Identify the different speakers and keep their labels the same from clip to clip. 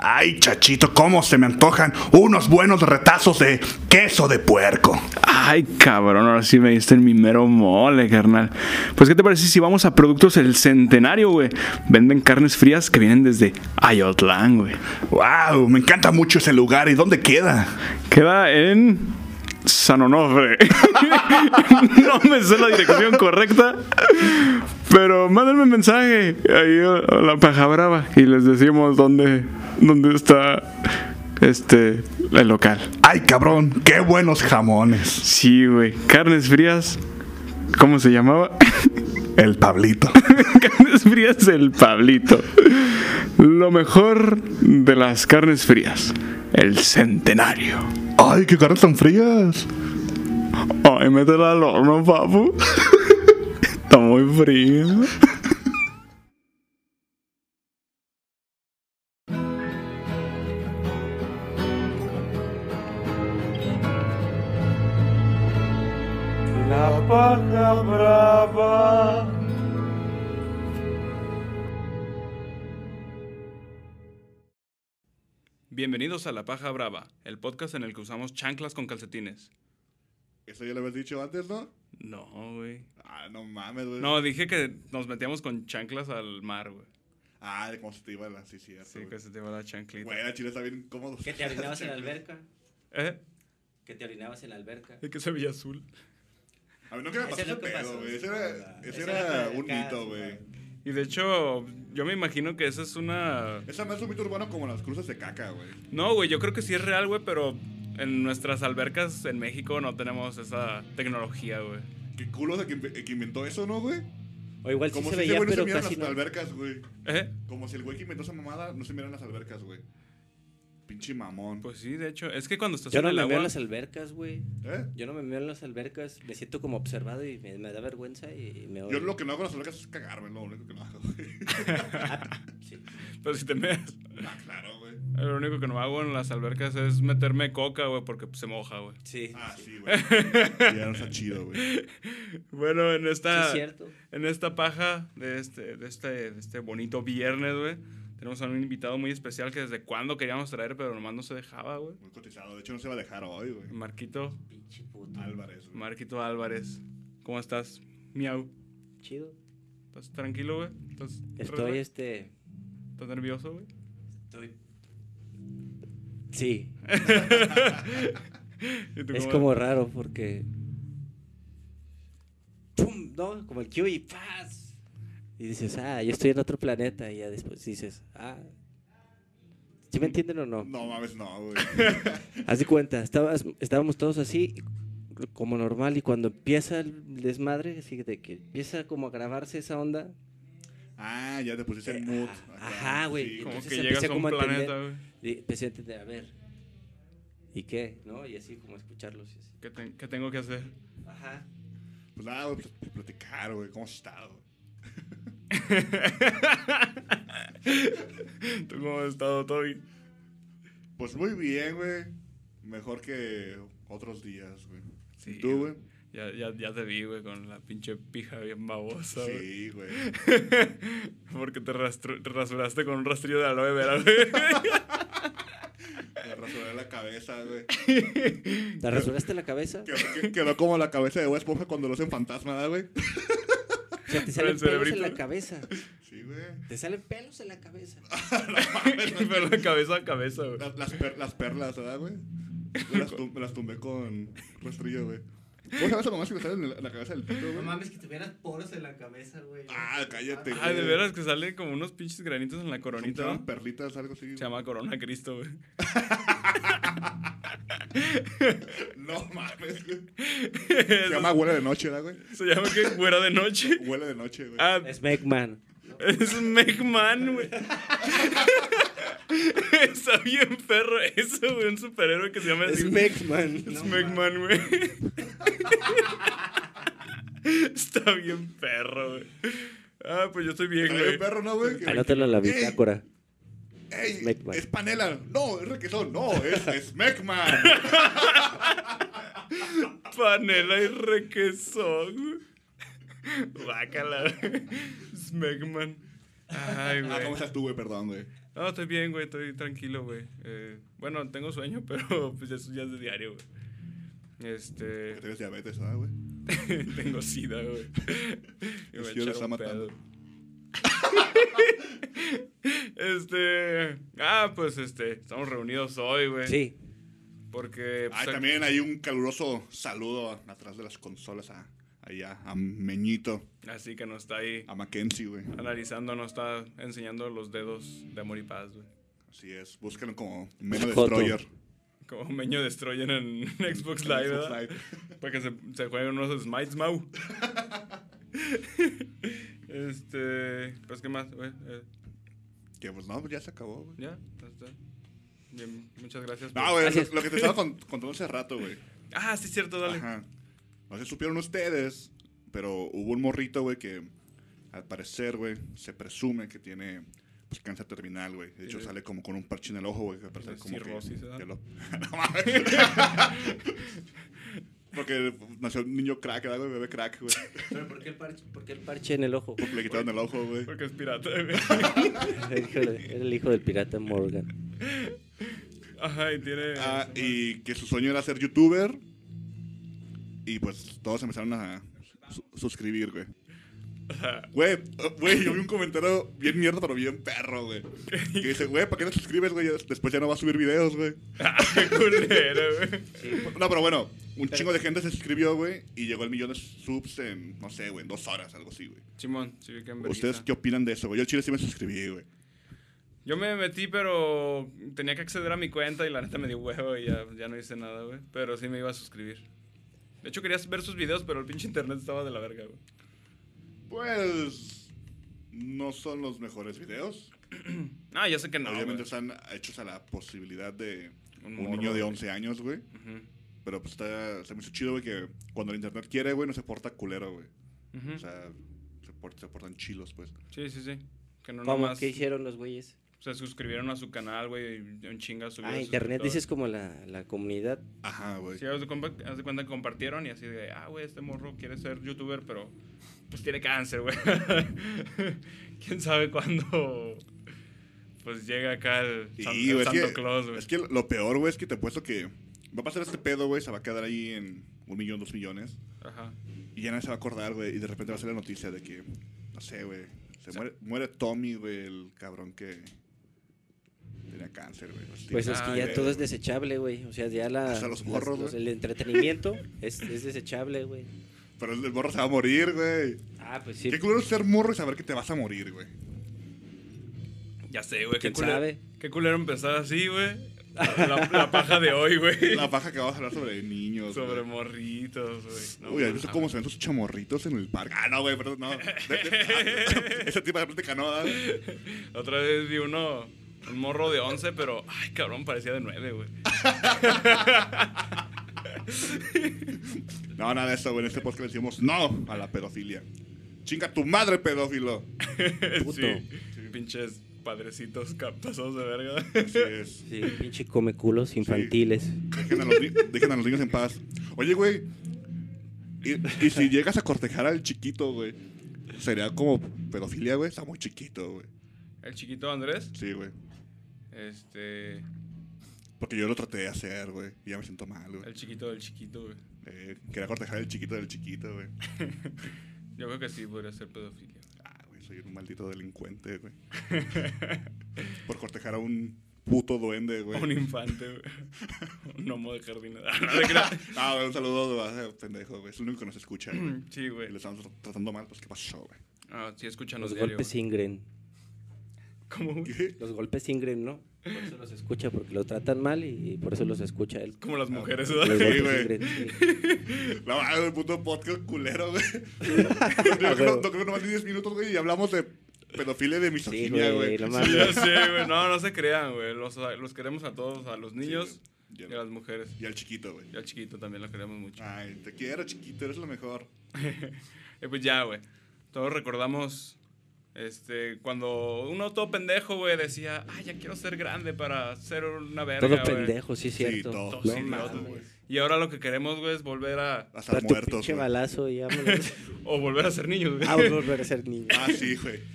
Speaker 1: Ay, chachito, cómo se me antojan unos buenos retazos de queso de puerco.
Speaker 2: Ay, cabrón, ahora sí me diste en mi mero mole, carnal. Pues, ¿qué te parece si vamos a Productos El Centenario, güey? Venden carnes frías que vienen desde Ayotlán, güey.
Speaker 1: Wow, me encanta mucho ese lugar. ¿Y dónde queda?
Speaker 2: Queda en... San Onofre. no me sé la dirección correcta, pero mándenme un mensaje ahí a la paja brava y les decimos dónde, dónde está este el local.
Speaker 1: Ay, cabrón, qué buenos jamones.
Speaker 2: Sí, güey. Carnes frías. ¿Cómo se llamaba?
Speaker 1: El Pablito.
Speaker 2: carnes frías el Pablito. Lo mejor de las carnes frías. El centenario.
Speaker 1: Ay, qué caras tan frías.
Speaker 2: Ay, métela al horno, papu. Está muy fría.
Speaker 3: La paja brava.
Speaker 2: Bienvenidos a La Paja Brava, el podcast en el que usamos chanclas con calcetines.
Speaker 1: Eso ya lo habías dicho antes, ¿no?
Speaker 2: No, güey.
Speaker 1: Ah, no mames, güey.
Speaker 2: No, dije que nos metíamos con chanclas al mar, güey.
Speaker 1: Ah, de cómo se te iba la, sí, cierto.
Speaker 2: Sí,
Speaker 1: güey.
Speaker 2: que se te va la chanclita.
Speaker 1: Güey, la chile está bien cómodo.
Speaker 4: Que te orinabas en la alberca.
Speaker 2: ¿Eh?
Speaker 4: Que te orinabas en la alberca.
Speaker 2: Es que se veía azul.
Speaker 1: A mí nunca me
Speaker 4: Eso
Speaker 1: pasó
Speaker 4: es
Speaker 1: ese
Speaker 4: lo que
Speaker 1: pedo,
Speaker 4: pasó,
Speaker 1: güey. Ese
Speaker 4: sí, es
Speaker 1: era,
Speaker 4: verdad.
Speaker 1: ese
Speaker 4: Ese
Speaker 1: era
Speaker 4: era
Speaker 1: un
Speaker 4: acá,
Speaker 1: mito,
Speaker 4: sí,
Speaker 1: güey.
Speaker 2: Y de hecho, yo me imagino que esa es una...
Speaker 1: Esa más es un mito urbano como las cruces de caca, güey.
Speaker 2: No, güey, yo creo que sí es real, güey, pero en nuestras albercas en México no tenemos esa tecnología, güey.
Speaker 1: Qué culo es el que, inve- el que inventó eso, ¿no, güey?
Speaker 4: O igual Pues sí
Speaker 1: Como
Speaker 4: se
Speaker 1: si ese
Speaker 4: veía,
Speaker 1: güey no se
Speaker 4: pero
Speaker 1: mirara
Speaker 4: casi
Speaker 1: en las
Speaker 4: no.
Speaker 1: albercas, güey.
Speaker 2: ¿Eh?
Speaker 1: Como si el güey que inventó esa mamada no se mirara en las albercas, güey. Pinche mamón.
Speaker 2: Pues sí, de hecho, es que cuando estás
Speaker 4: Yo
Speaker 2: en
Speaker 4: no
Speaker 2: el
Speaker 4: me veo
Speaker 2: agua...
Speaker 4: en las albercas, güey.
Speaker 1: ¿Eh?
Speaker 4: Yo no me veo en las albercas. Me siento como observado y me, me da vergüenza y me
Speaker 1: Yo lo que no hago en las albercas es cagarme, lo único que no hago, güey.
Speaker 4: Sí.
Speaker 2: Pero si te meas...
Speaker 1: Ah, claro, güey.
Speaker 2: Lo único que no hago en las albercas es meterme coca, güey, porque pues, se moja, güey.
Speaker 4: Sí,
Speaker 1: Ah,
Speaker 4: sí.
Speaker 1: sí, güey. ya no está chido, güey.
Speaker 2: Bueno, en
Speaker 4: Sí,
Speaker 1: Ah.
Speaker 2: esta...
Speaker 4: es cierto.
Speaker 2: En esta paja de este, de este, de este bonito viernes, güey, tenemos a un invitado muy especial que desde cuándo queríamos traer, pero nomás no se dejaba, güey.
Speaker 1: Muy cotizado. De hecho, no se va a dejar hoy, güey.
Speaker 2: Marquito,
Speaker 4: Pinche puto.
Speaker 1: Álvarez, güey.
Speaker 2: Marquito Álvarez. ¿Cómo estás? Miau.
Speaker 4: Chido.
Speaker 2: ¿Estás tranquilo, güey? ¿Estás,
Speaker 4: Estoy, este.
Speaker 2: ¿Estás nervioso, güey?
Speaker 4: Estoy. Sí.
Speaker 2: ¿Y tú
Speaker 4: Es
Speaker 2: cómo-
Speaker 4: como raro porque. ¡Pum! ¿No? Como el Q y ¡paz! Y dices, ah, yo estoy en otro planeta. Y ya después dices, ah. ¿Sí me entienden o no?
Speaker 1: No mames, no, güey.
Speaker 4: Haz de cuenta, estabas, estábamos todos así, como normal, y cuando empieza el desmadre, así de que empieza como a grabarse esa onda.
Speaker 1: Ah, ya te pusiste en
Speaker 4: Eh,
Speaker 1: mood.
Speaker 4: ah,
Speaker 1: acá.
Speaker 4: ajá, güey.
Speaker 1: Sí,
Speaker 2: Como
Speaker 4: Entonces
Speaker 2: que
Speaker 4: empecé
Speaker 2: llegas a un
Speaker 4: como a entender-
Speaker 2: planeta, güey.
Speaker 4: Y empecé a entender, a ver, ¿y qué? ¿No? Y así como escucharlos. y así.
Speaker 2: ¿Qué, te- qué tengo que hacer?
Speaker 4: Ajá.
Speaker 1: Pues nada, güey, pues, platicar, güey. ¿Cómo has estado? güey?
Speaker 2: ¿Tú cómo has estado, Toby?
Speaker 1: Pues muy bien, güey. Mejor que otros días, güey.
Speaker 2: Sí,
Speaker 1: ¿Tú, güey?
Speaker 2: Ya, ya, ya te vi, güey, con la pinche pija bien babosa, güey.
Speaker 1: Sí, güey.
Speaker 2: Porque te, rastru- te rasuraste con un rastrillo de aloe vera, güey.
Speaker 1: Me rasuré la cabeza, güey.
Speaker 4: ¿Te rasuraste la cabeza?
Speaker 1: Quedó, que- quedó como la cabeza de Bob Esponja cuando lo hacen fantasma, ¿verdad, güey?
Speaker 4: O sea, te salen
Speaker 2: el
Speaker 4: pelos en la
Speaker 2: cerebrito.
Speaker 4: cabeza.
Speaker 1: Sí, güey.
Speaker 4: Te salen pelos en la cabeza.
Speaker 2: Pero la cabeza a cabeza, güey.
Speaker 1: Las, las, per- las perlas, ¿verdad, güey? Me las, tum- me las tumbé con rastrillo, güey. ¿Cómo sabes lo más que me sale en la- en la cabeza del pito, güey?
Speaker 4: mames, que tuvieras poros en la cabeza, güey.
Speaker 1: Ah, cállate, güey.
Speaker 2: Ah, de veras que sale como unos pinches granitos en la
Speaker 1: Son-
Speaker 2: coronita,
Speaker 1: son
Speaker 2: ¿no?
Speaker 1: perlitas, algo así.
Speaker 2: Se llama Corona Cristo, güey.
Speaker 1: No mames, güey. Se
Speaker 2: Eso-
Speaker 1: llama huele de noche, ¿verdad, güey?
Speaker 2: ¿Se llama qué? Güera de noche.
Speaker 1: Huele de noche, güey.
Speaker 2: Ah,
Speaker 4: Es Megman.
Speaker 2: es McMahon, güey. Está bien perro eso, güey. Un superhéroe que se llama así.
Speaker 4: Es Megman.
Speaker 2: Es McMahon, güey. Está bien perro, güey. Ah, pues yo estoy bien,
Speaker 1: Trae
Speaker 2: güey.
Speaker 1: un perro, ¿no, güey? Que-
Speaker 4: Anótalo en la
Speaker 1: ¡Ey!
Speaker 4: bitácora.
Speaker 1: ¡Ey!
Speaker 4: Mecman.
Speaker 1: Es panela. No, es requesón. No, es, es Ah, Mecman.
Speaker 2: Panela y requesón. güey. Guácala, güey. Smegman. Ay,
Speaker 1: Ah, ¿cómo
Speaker 2: güey.
Speaker 1: Ah, estás tú, güey? Perdón, güey.
Speaker 2: No, estoy bien, güey, estoy tranquilo, güey. Eh, bueno, tengo sueño, pero pues eso ya es de diario, güey. Este.
Speaker 1: Que tienes diabetes, ¿ah, güey?
Speaker 2: Tengo sida, güey. Y
Speaker 1: El
Speaker 2: me
Speaker 1: SIDA
Speaker 2: echaron
Speaker 1: te está
Speaker 2: un
Speaker 1: matando.
Speaker 2: pedo. este. Ah, pues este. Estamos reunidos hoy, güey.
Speaker 4: Sí.
Speaker 2: Porque. pues,
Speaker 1: Ay,
Speaker 2: ac-
Speaker 1: también hay un caluroso saludo a- atrás de las consolas a, allá, a Meñito,
Speaker 2: Así que no está ahí
Speaker 1: a Mackenzie, güey.
Speaker 2: analizando, no está enseñando los dedos de amor y paz, güey.
Speaker 1: Así es, búsquenlo como Meno
Speaker 4: Joto.
Speaker 1: Destroyer.
Speaker 2: Como Meño Destroyer en Xbox Live,
Speaker 1: Xbox
Speaker 2: ¿verdad?
Speaker 1: Live.
Speaker 2: Para que se, se jueguen unos Smites Mau. este. Pues, ¿qué más, güey? Eh,
Speaker 1: Que pues no, pues ya se acabó, güey.
Speaker 2: ya, ya está. Bien, muchas gracias. por-
Speaker 1: No, güey,
Speaker 4: Gracias.
Speaker 1: lo, lo que te estaba con- contando hace rato, güey.
Speaker 2: Ah, sí, cierto, dale.
Speaker 1: Ajá. No sé si supieron ustedes, pero hubo un morrito, güey, que al parecer, güey, se presume que tiene pues, cáncer terminal, güey. De hecho,
Speaker 2: Tiene-
Speaker 1: sale como con un parche en el ojo, güey. que al parecer
Speaker 2: Tiene
Speaker 1: como que-
Speaker 2: cirrosis, ¿verdad?
Speaker 1: que lo- No mames. Porque nació un niño crack, ¿verdad, güey? Bebé crack, güey.
Speaker 4: ¿Pero por qué el parche, por qué el parche en el ojo?
Speaker 1: Le quitaron el ojo, güey.
Speaker 2: Porque es pirata, güey.
Speaker 4: Era el hijo de- era el hijo del pirata Morgan.
Speaker 2: Ajá, y tiene.
Speaker 1: Ah, y que su sueño era ser youtuber. Y pues todos empezaron a su- suscribir, güey. Güey, eh, güey, yo vi un comentario bien mierda, pero bien perro, güey. Que dice, güey, ¿para qué no suscribes, güey? Después ya no va a subir videos, güey.
Speaker 2: Qué culero, güey.
Speaker 1: No, pero bueno, un chingo de gente se suscribió, güey, y llegó el millón de subs en, no sé, güey, en dos horas, algo así, güey.
Speaker 2: Simón, sí vi que en
Speaker 1: ¿Ustedes
Speaker 2: vergüenza.
Speaker 1: qué opinan de eso, güey? Yo al chile sí me suscribí, güey.
Speaker 2: Yo me metí, pero tenía que acceder a mi cuenta y la neta me dio huevo y ya, ya no hice nada, güey. Pero sí me iba a suscribir. De hecho, querías ver sus videos, pero el pinche internet estaba de la verga, güey.
Speaker 1: Pues. No son los mejores videos.
Speaker 2: Ah, ya sé que no. Obviamente.
Speaker 1: Obviamente están hechos a la posibilidad de
Speaker 2: Un
Speaker 1: un,
Speaker 2: morro,
Speaker 1: niño de
Speaker 2: güey.
Speaker 1: 11 años, güey. Pero pues está, se me hizo chido, güey, que cuando el internet quiere, güey, no se porta culero, güey. O sea, se, por- se portan chilos, pues.
Speaker 2: Sí, sí, sí. Que no
Speaker 4: ¿Cómo?
Speaker 2: nomás
Speaker 4: ¿Qué hicieron los güeyes?
Speaker 2: se suscribieron a su canal, güey, y en chinga subieron.
Speaker 4: Ah,
Speaker 2: sus
Speaker 4: internet,
Speaker 2: videos.
Speaker 4: dices como la, la comunidad.
Speaker 1: Ajá, güey.
Speaker 2: Sí, haz de, compa- haz de cuenta que compartieron y así de, ah, güey, este morro quiere ser youtuber, pero pues tiene cáncer, güey. ¿Quién sabe cuándo pues llega acá el, San-
Speaker 1: Y,
Speaker 2: el
Speaker 1: güey, es
Speaker 2: Santo
Speaker 1: que,
Speaker 2: Claus, güey?
Speaker 1: es que lo peor, güey, es que te puesto que va a pasar este pedo, güey, se va a quedar ahí en un millón, dos millones.
Speaker 2: Ajá.
Speaker 1: Y ya nadie se va a acordar, güey, y de repente va a salir la noticia de que, no sé, güey, se muere, muere Tommy, güey, el cabrón que tenía cáncer, güey. Hostia.
Speaker 4: Pues es
Speaker 2: Ah,
Speaker 4: que ya
Speaker 2: ya,
Speaker 4: todo es desechable, güey. O sea, ya la,
Speaker 1: Hasta los
Speaker 4: las-
Speaker 1: morros, güey.
Speaker 4: el entretenimiento es, es desechable, güey.
Speaker 1: Pero el morro se va a morir, güey.
Speaker 4: Ah, pues sí.
Speaker 1: Qué culero es ser morro y saber que te vas a morir, güey.
Speaker 2: Ya sé, güey. Qué
Speaker 4: ¿Quién
Speaker 2: culero,
Speaker 4: sabe?
Speaker 2: qué culero empezar así, güey. La, la paja de hoy, güey.
Speaker 1: La paja que vamos a hablar sobre niños. güey.
Speaker 2: Sobre morritos, güey. No
Speaker 1: Uy, ¿has visto
Speaker 2: mames.
Speaker 1: cómo se ven sus chamorritos en el parque? Ah, no, güey, pero no. De- de- Ese tipo de plática no, ¿verdad?
Speaker 2: Otra vez vi uno, un morro de 11, pero, ay, cabrón, parecía de 9, güey.
Speaker 1: No, nada de eso, güey. En este podcast le decimos no a la pedofilia. Chinga tu madre, pedófilo.
Speaker 4: Puto.
Speaker 2: Sí. Pinches padrecitos ca- pasados de verga.
Speaker 1: Así es.
Speaker 4: Sí, pinche comeculos infantiles.
Speaker 1: Dejen a los, ni- dejen a los niños en paz. Oye, güey. Y, y si llegas a cortejar al chiquito, güey. Sería como pedofilia, güey. Está muy chiquito, güey.
Speaker 2: El chiquito Andrés,
Speaker 1: Sí, güey.
Speaker 2: este.
Speaker 1: Porque yo lo traté de hacer, güey. Y ya me siento mal, güey.
Speaker 2: El chiquito del chiquito, güey.
Speaker 1: Eh, quería cortejar al chiquito del chiquito, güey.
Speaker 2: Yo creo que sí podría ser pedofilia.
Speaker 1: Ah, güey, soy un maldito delincuente, güey. Por cortejar a un puto duende, güey.
Speaker 2: O Un infante, güey. Un homo de jardín. Ah, no te creas.
Speaker 1: Ah, güey, un saludo, güey, ese pendejo, güey. Es el único que nos escucha, güey.
Speaker 2: Sí,
Speaker 1: Y
Speaker 2: güey.
Speaker 1: lo estamos tra- tratando mal, pues, ¿qué pasó, güey?
Speaker 2: Ah, sí, escúchanos
Speaker 4: Los
Speaker 2: diario.
Speaker 4: golpes
Speaker 2: güey.
Speaker 4: Ingren.
Speaker 2: Como, un-
Speaker 1: ¿Qué?
Speaker 4: Los golpes Ingren, ¿no? Por eso los escucha, porque lo tratan mal y por eso los escucha él.
Speaker 2: como las mujeres,
Speaker 4: Ah, Los
Speaker 2: ¿verdad?
Speaker 1: Sí, güey.
Speaker 4: golpes Ingren, sí.
Speaker 1: La madre, ah, el puto podcast culero, güey.
Speaker 4: Ah,
Speaker 1: no, creo que no, no creo que nomás 10 minutos, güey, y hablamos de pedofilia y de misoginia,
Speaker 4: Sí, güey,
Speaker 1: güey.
Speaker 4: no
Speaker 1: Sí,
Speaker 4: mames.
Speaker 2: Ya sé, güey. No, no se crean, güey. Los, los queremos a todos, a los niños
Speaker 1: güey. Y
Speaker 2: y a las
Speaker 1: al-
Speaker 2: mujeres.
Speaker 1: Y al chiquito, güey.
Speaker 2: Y al chiquito también lo queremos mucho.
Speaker 1: Ay, te quiero, chiquito, eres lo mejor.
Speaker 2: Eh, pues ya, güey. Todos recordamos este, cuando uno todo pendejo, güey, decía, ah, ya quiero ser grande para ser una verga.
Speaker 4: Todo
Speaker 2: güey".
Speaker 4: pendejo, sí, cierto.
Speaker 1: todo
Speaker 2: Todos
Speaker 1: No
Speaker 2: idiotas,
Speaker 1: mames.
Speaker 2: güey. Y ahora lo que queremos, güey, es volver a.
Speaker 1: Hasta
Speaker 4: Dar tu
Speaker 1: muertos,
Speaker 4: pinche
Speaker 1: güey.
Speaker 4: balazo y vámonos.
Speaker 2: O volver a ser niños, güey.
Speaker 4: Ah, volver a ser niño.
Speaker 1: Ah, sí, güey.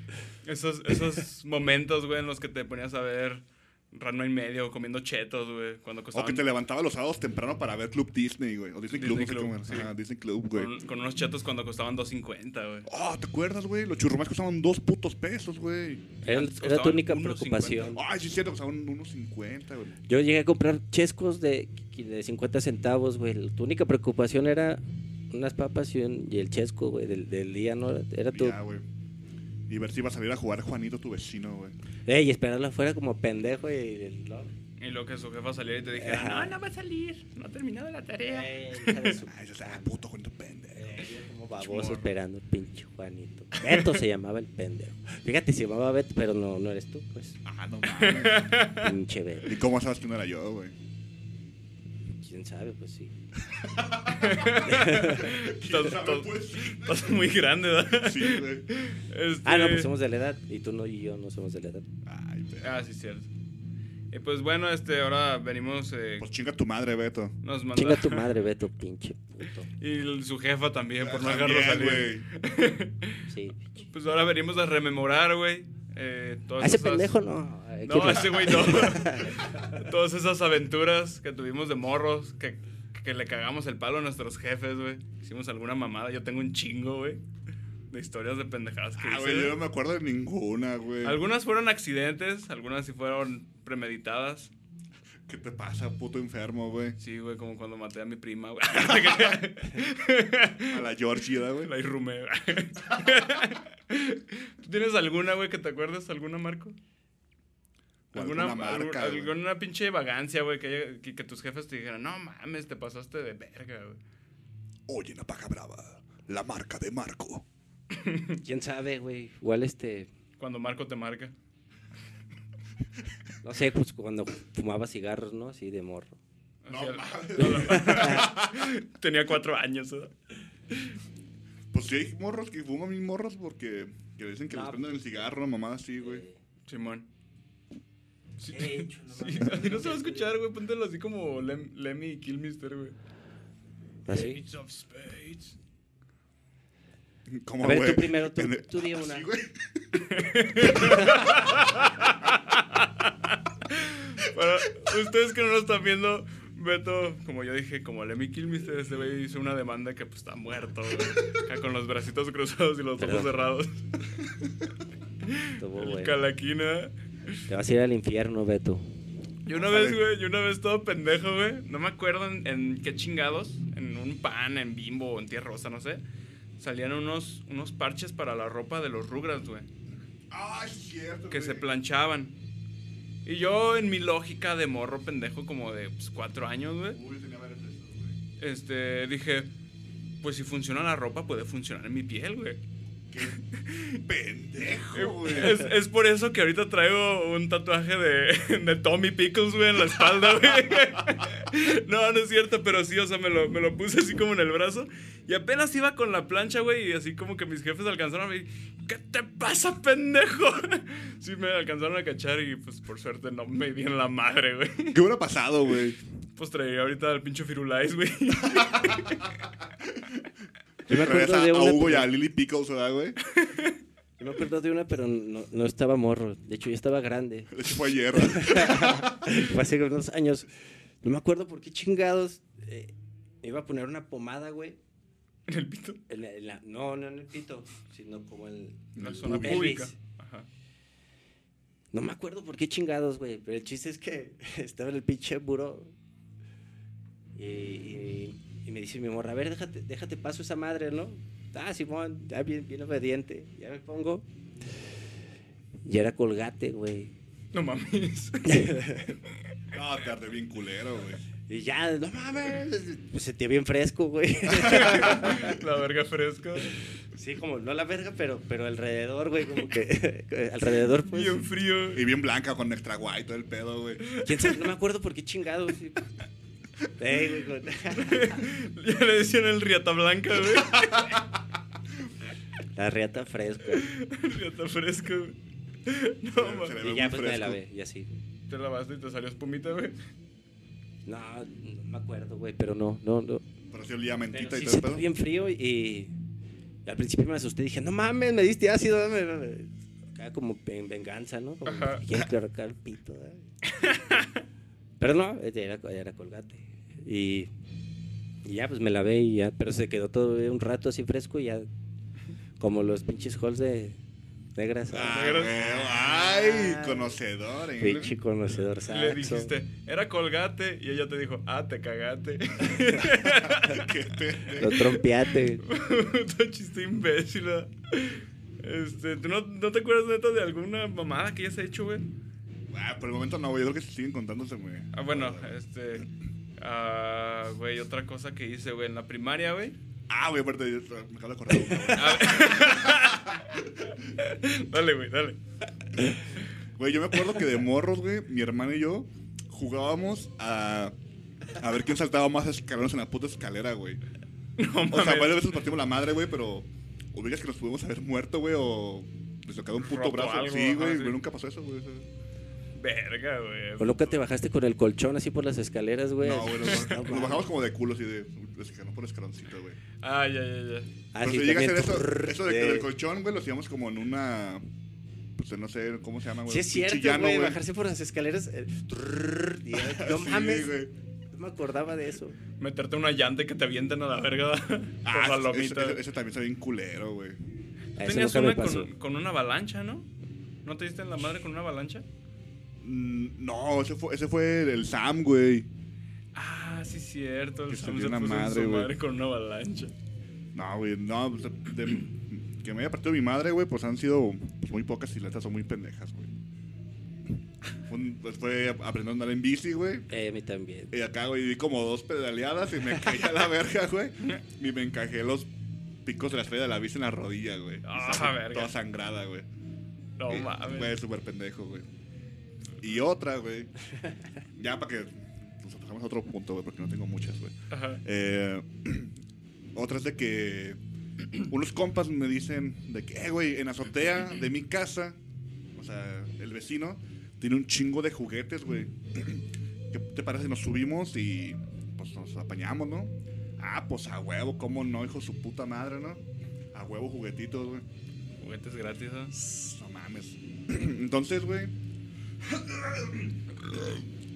Speaker 2: Esos, esos momentos, güey, en los que te ponías a ver Rano y medio comiendo chetos, güey, cuando
Speaker 1: O
Speaker 2: costaban
Speaker 1: que te levantaba los sábados temprano para ver Club Disney, güey. O Disney Club,
Speaker 2: Disney
Speaker 1: no sé
Speaker 2: Club,
Speaker 1: cómo era.
Speaker 2: pues, sí.
Speaker 1: Ajá, Disney Club, güey.
Speaker 2: con, con unos chetos cuando costaban 2.50, güey.
Speaker 1: Oh, ¿te acuerdas, güey? Los churromás costaban dos putos pesos, güey.
Speaker 4: Era,
Speaker 2: Antes
Speaker 4: era tu
Speaker 2: costaban
Speaker 4: única
Speaker 2: 1.50.
Speaker 4: preocupación.
Speaker 1: Ay, sí, es cierto, costaban unos 50, güey.
Speaker 4: Yo llegué a comprar chescos de, de 50 centavos, güey. Tu única preocupación era unas papas y, un- y el chesco, güey, del, del día, ¿no? Era tu...
Speaker 1: Ya, güey. Y ver si iba a salir a jugar Juanito, tu vecino, güey.
Speaker 4: Ey, esperarlo afuera como pendejo y... el- no.
Speaker 2: Y lo que su jefa saliera y te dijera,
Speaker 4: Ajá.
Speaker 2: no, no va a salir, no ha terminado la tarea.
Speaker 4: Ey, hija de su-
Speaker 1: Ay, ese ah, puto Juanito pendejo.
Speaker 4: Ey, como baboso esperando el pinche Juanito. Beto se llamaba el pendejo. Fíjate, se llamaba Beto, pero no, no eres tú, pues.
Speaker 1: Ah, no mames.
Speaker 4: Pinche Beto.
Speaker 1: ¿Y cómo sabes que no era yo, güey?
Speaker 4: ¿Quién sabe? Pues sí.
Speaker 2: Estás, estás- estás muy grande, ¿verdad?
Speaker 1: pues. Sí, güey.
Speaker 2: Este-
Speaker 4: Ah, no, pues somos de la edad. Y tú no y yo no somos de la edad.
Speaker 1: Ay, pero.
Speaker 2: Ah, sí, cierto. Y pues bueno, este, ahora venimos, eh,
Speaker 1: Pues chinga tu madre, Beto.
Speaker 2: nos manda...
Speaker 4: Chinga tu madre, Beto, pinche puto.
Speaker 2: Y el- su jefa también, por no dejarlo
Speaker 1: También,
Speaker 2: salir.
Speaker 1: güey.
Speaker 4: Sí.
Speaker 2: Pues ahora venimos a rememorar, güey. eh, todas
Speaker 4: A ese
Speaker 2: esas-
Speaker 4: pendejo no. Ay,
Speaker 2: No,
Speaker 4: ¿quién
Speaker 2: ese güey no. Todas esas aventuras que tuvimos de morros, que, que le cagamos el palo a nuestros jefes, güey. Hicimos alguna mamada. Yo tengo un chingo, güey, de historias de pendejadas que
Speaker 1: Ah,
Speaker 2: hice.
Speaker 1: güey, yo no me acuerdo de ninguna, güey.
Speaker 2: Algunas fueron accidentes, algunas sí fueron premeditadas.
Speaker 1: ¿Qué te pasa, puto enfermo, güey?
Speaker 2: Sí, güey, como cuando maté a mi prima, güey.
Speaker 1: A la Georgia, güey.
Speaker 2: La irrumé, güey. ¿Tú tienes alguna, güey, que te acuerdes? ¿Alguna, Marco?
Speaker 1: O
Speaker 2: ¿Alguna,
Speaker 1: alguna marca,
Speaker 2: algu-
Speaker 1: güey.
Speaker 2: alguna pinche vagancia, güey, que, haya- que, que tus jefes te dijeran, no mames, te pasaste de verga, güey.
Speaker 1: Oye, la paja brava. La marca de Marco.
Speaker 4: ¿Quién sabe, güey? Igual este.
Speaker 2: Cuando Marco te marca.
Speaker 4: No sé, pues cuando fumaba cigarros, ¿no? Así de morro.
Speaker 2: O sea, Tenía cuatro años, ¿eh?
Speaker 1: Pues sí, hay morros que fuman mis morros porque que dicen que les prenden el cigarro, mamá, sí, güey.
Speaker 4: Eh,
Speaker 2: Simón. Sí,
Speaker 4: He hecho, no
Speaker 2: sí,
Speaker 4: mames.
Speaker 2: así no se va a escuchar, güey. Póntelo así como Lem- Lemmy y Killmister, güey.
Speaker 4: Así.
Speaker 2: It's of Spades.
Speaker 1: ¿Cómo,
Speaker 4: A ver,
Speaker 1: güey?
Speaker 4: tú primero, tú,
Speaker 1: En el-
Speaker 4: tú di una.
Speaker 1: Ah, Sí, güey.
Speaker 2: Para ustedes que no lo están viendo, Beto, como yo dije, como Lemmy Kilmister, este güey hizo una demanda que pues está muerto, güey. Acá Con los bracitos cruzados y los ojos
Speaker 4: Perdón.
Speaker 2: cerrados.
Speaker 4: Estuvo
Speaker 2: El
Speaker 4: bueno.
Speaker 2: calaquina.
Speaker 4: Te vas a ir al infierno, Beto.
Speaker 2: Yo una
Speaker 1: Ojalá.
Speaker 2: vez, güey, yo una vez todo pendejo, güey. No me acuerdo en, en qué chingados. En un pan, en bimbo, en tierra rosa, no sé. Salían unos, unos parches para la ropa de los Rugrats, güey.
Speaker 1: Ah, sí, cierto.
Speaker 2: que
Speaker 1: güey.
Speaker 2: se planchaban. Y yo, en mi lógica de morro pendejo, como de pues, cuatro años, güey,
Speaker 1: Uy, tenía varios de esos, güey.
Speaker 2: este, dije, pues si funciona la ropa, puede funcionar en mi piel, güey.
Speaker 1: Qué pendejo, güey.
Speaker 2: Es, es por eso que ahorita traigo un tatuaje de, de Tommy Pickles, güey, en la espalda, güey. No, no es cierto, pero sí, o sea, me lo, me lo puse así como en el brazo. Y apenas iba con la plancha, güey, y así como que mis jefes alcanzaron a mí. ¿Qué te pasa, pendejo? Sí, me alcanzaron a cachar y pues por suerte no me di en la madre, güey.
Speaker 1: ¿Qué hubiera pasado, güey?
Speaker 2: Pues traería ahorita al pinche Firulais, güey.
Speaker 4: Yo me
Speaker 1: Regresa
Speaker 4: acuerdo de
Speaker 1: a
Speaker 4: una.
Speaker 1: Hugo y a Lily Pickles, ¿verdad, güey?
Speaker 4: Yo me acuerdo de una, pero no, no estaba morro. De hecho, yo estaba grande.
Speaker 1: De hecho, fue ayer.
Speaker 4: Fue hace unos años. No me acuerdo por qué chingados. eh, me iba a poner una pomada, güey.
Speaker 2: En el pito.
Speaker 4: En la- en la- no, no en el pito, sino como en
Speaker 2: En la zona
Speaker 4: Pelvis.
Speaker 2: pública. Ajá.
Speaker 4: No me acuerdo por qué chingados, güey. Pero el chiste es que estaba en el pinche buró. Y, y- y me dice mi morra, a ver, déjate, déjate paso esa madre, ¿no? Ah, Simón, ya bien, bien obediente. Ya me pongo. Y era colgate, güey.
Speaker 2: No mames.
Speaker 1: No, te arde bien culero, güey.
Speaker 4: Y ya, no mames. Pues sentía bien fresco, güey.
Speaker 2: La verga fresca.
Speaker 4: Sí, como no la verga, pero, pero alrededor, güey, como que alrededor, pues.
Speaker 2: Bien frío.
Speaker 1: Y bien blanca con extra guay, todo el pedo, güey.
Speaker 4: ¿Quién sabe? No me acuerdo por qué chingado. Sí. Ey, güey, con-
Speaker 2: Ya le decían el Riata Blanca, güey.
Speaker 4: La reata fresca.
Speaker 2: Riata Fresca, güey. No,
Speaker 1: Se
Speaker 2: mames.
Speaker 1: le ve
Speaker 4: Y ya
Speaker 1: muy
Speaker 4: pues me la
Speaker 1: fresco.
Speaker 4: ve, y así.
Speaker 2: Te lavaste y te salió espumita, güey.
Speaker 4: No, no me acuerdo, güey, pero no, no, no.
Speaker 1: Pero sí olía a
Speaker 4: Pero
Speaker 1: mentita y todo
Speaker 4: sí
Speaker 1: el
Speaker 4: sentí
Speaker 1: pedo.
Speaker 4: bien frío y, y al principio me asusté. Dije, no mames, me diste ácido. me- me- me". acá como en venganza, ¿no? Como
Speaker 2: Ajá.
Speaker 4: que quiere colocar el pito. ¿eh? Pero no, este, era, era colgate. Y, y ya, pues me lavé y ya. Pero se quedó todo un rato así fresco y ya. Como los pinches halls de negras.
Speaker 1: Ah,
Speaker 2: Negro.
Speaker 1: güey, ay, conocedor. ¿eh?
Speaker 4: Pinche conocedor
Speaker 2: Le
Speaker 4: saxo.
Speaker 2: dijiste, era colgate, y ella te dijo, ah, te cagaste.
Speaker 1: Qué
Speaker 4: Lo
Speaker 1: pendejo.
Speaker 4: trompeate.
Speaker 2: Todo chiste imbécil. ¿verdad? Este, ¿tú no, no te acuerdas neta de alguna mamada que hayas hecho, güey?
Speaker 1: Ah, por el momento no, güey. Yo creo que se siguen contándose, güey.
Speaker 2: Ah, bueno, este. Ah, güey, otra cosa que hice, güey, en la primaria, güey.
Speaker 1: Ah, güey, aparte, yo- me acabo de acordar. güey.
Speaker 2: Dale, güey, dale.
Speaker 1: Güey, yo me acuerdo que de morros, güey, mi hermana y yo jugábamos a, a ver quién saltaba más escalones en la puta escalera, güey.
Speaker 2: No
Speaker 1: O sea,
Speaker 2: mames.
Speaker 1: varias veces partimos la madre, güey, pero ubicas que nos pudimos haber muerto, güey, o deslocado un puto
Speaker 2: Roto
Speaker 1: brazo.
Speaker 2: algo,
Speaker 1: sí,
Speaker 2: ajá,
Speaker 1: güey,
Speaker 2: sí.
Speaker 1: güey, nunca pasó eso, güey. o sea.
Speaker 2: Verga, güey.
Speaker 4: ¿O nunca Pues te bajaste con el colchón así por las escaleras, güey?
Speaker 1: No, güey, nos,
Speaker 4: Pues, No,
Speaker 1: nos
Speaker 4: mames.
Speaker 1: bajamos como de culo, así de, de escalón por escaloncito, güey.
Speaker 2: Ah, ya, ya, ya.
Speaker 4: Ah,
Speaker 1: pero
Speaker 4: sí,
Speaker 1: si llega a ser eso,
Speaker 4: también.
Speaker 1: eso de, que
Speaker 4: Sí.
Speaker 1: del colchón, güey, lo hacíamos como en una, pues no sé, ¿cómo se llama, güey?
Speaker 4: Sí, es cierto,
Speaker 1: Pinche llano,
Speaker 4: güey. Bajarse por las escaleras. eh, trrr, y ya, no
Speaker 1: Sí,
Speaker 4: mames.
Speaker 1: güey.
Speaker 4: No me acordaba de eso.
Speaker 2: Meterte una llanta y que te avienten a la verga por
Speaker 1: Ah,
Speaker 2: la
Speaker 1: eso- eso,
Speaker 2: lomita.
Speaker 1: eso- eso también está bien culero, güey.
Speaker 4: A eso
Speaker 2: Tenías
Speaker 4: nunca me
Speaker 2: una
Speaker 4: pasó.
Speaker 2: con, con una avalancha, ¿no? ¿No te diste en la madre con una avalancha?
Speaker 1: Mm, No, ese fue, ese fue el Sam, güey.
Speaker 2: Ah, sí, cierto.
Speaker 1: Que
Speaker 2: El Sam
Speaker 1: salió
Speaker 2: se
Speaker 1: una
Speaker 2: puso
Speaker 1: madre,
Speaker 2: en su
Speaker 1: güey.
Speaker 2: madre con una avalancha.
Speaker 1: No, güey, no. o sea, de- que me haya partido mi madre, güey, pues han sido muy pocas y las otras son muy pendejas, güey. Un- pues fue a- aprender a andar en bici, güey.
Speaker 4: Eh, a mí también.
Speaker 1: Y acá, güey, di como dos pedaleadas y me caí a la verga, güey. Y me encajé los picos de la estrella de la bici en la rodilla, güey. Y
Speaker 2: Ah,
Speaker 1: estaba
Speaker 2: verga.
Speaker 1: Toda sangrada, güey.
Speaker 2: No
Speaker 1: Eh,
Speaker 2: mames.
Speaker 1: Güey, súper pendejo, güey. Y otra, güey. ya para que nos pasamos a otro punto, güey, porque no tengo muchas, güey.
Speaker 2: Ajá.
Speaker 1: Eh, otra es de que unos compas me dicen de que, eh, güey, en la azotea de mi casa, o sea, el vecino tiene un chingo de juguetes, güey. ¿Qué te parece? Nos subimos y pues nos apañamos, ¿no? Ah, pues a huevo, ¿cómo no, hijo de su puta madre, no? A huevo juguetitos, güey.
Speaker 2: Juguetes gratis, ¿no?
Speaker 1: No mames. Entonces, güey.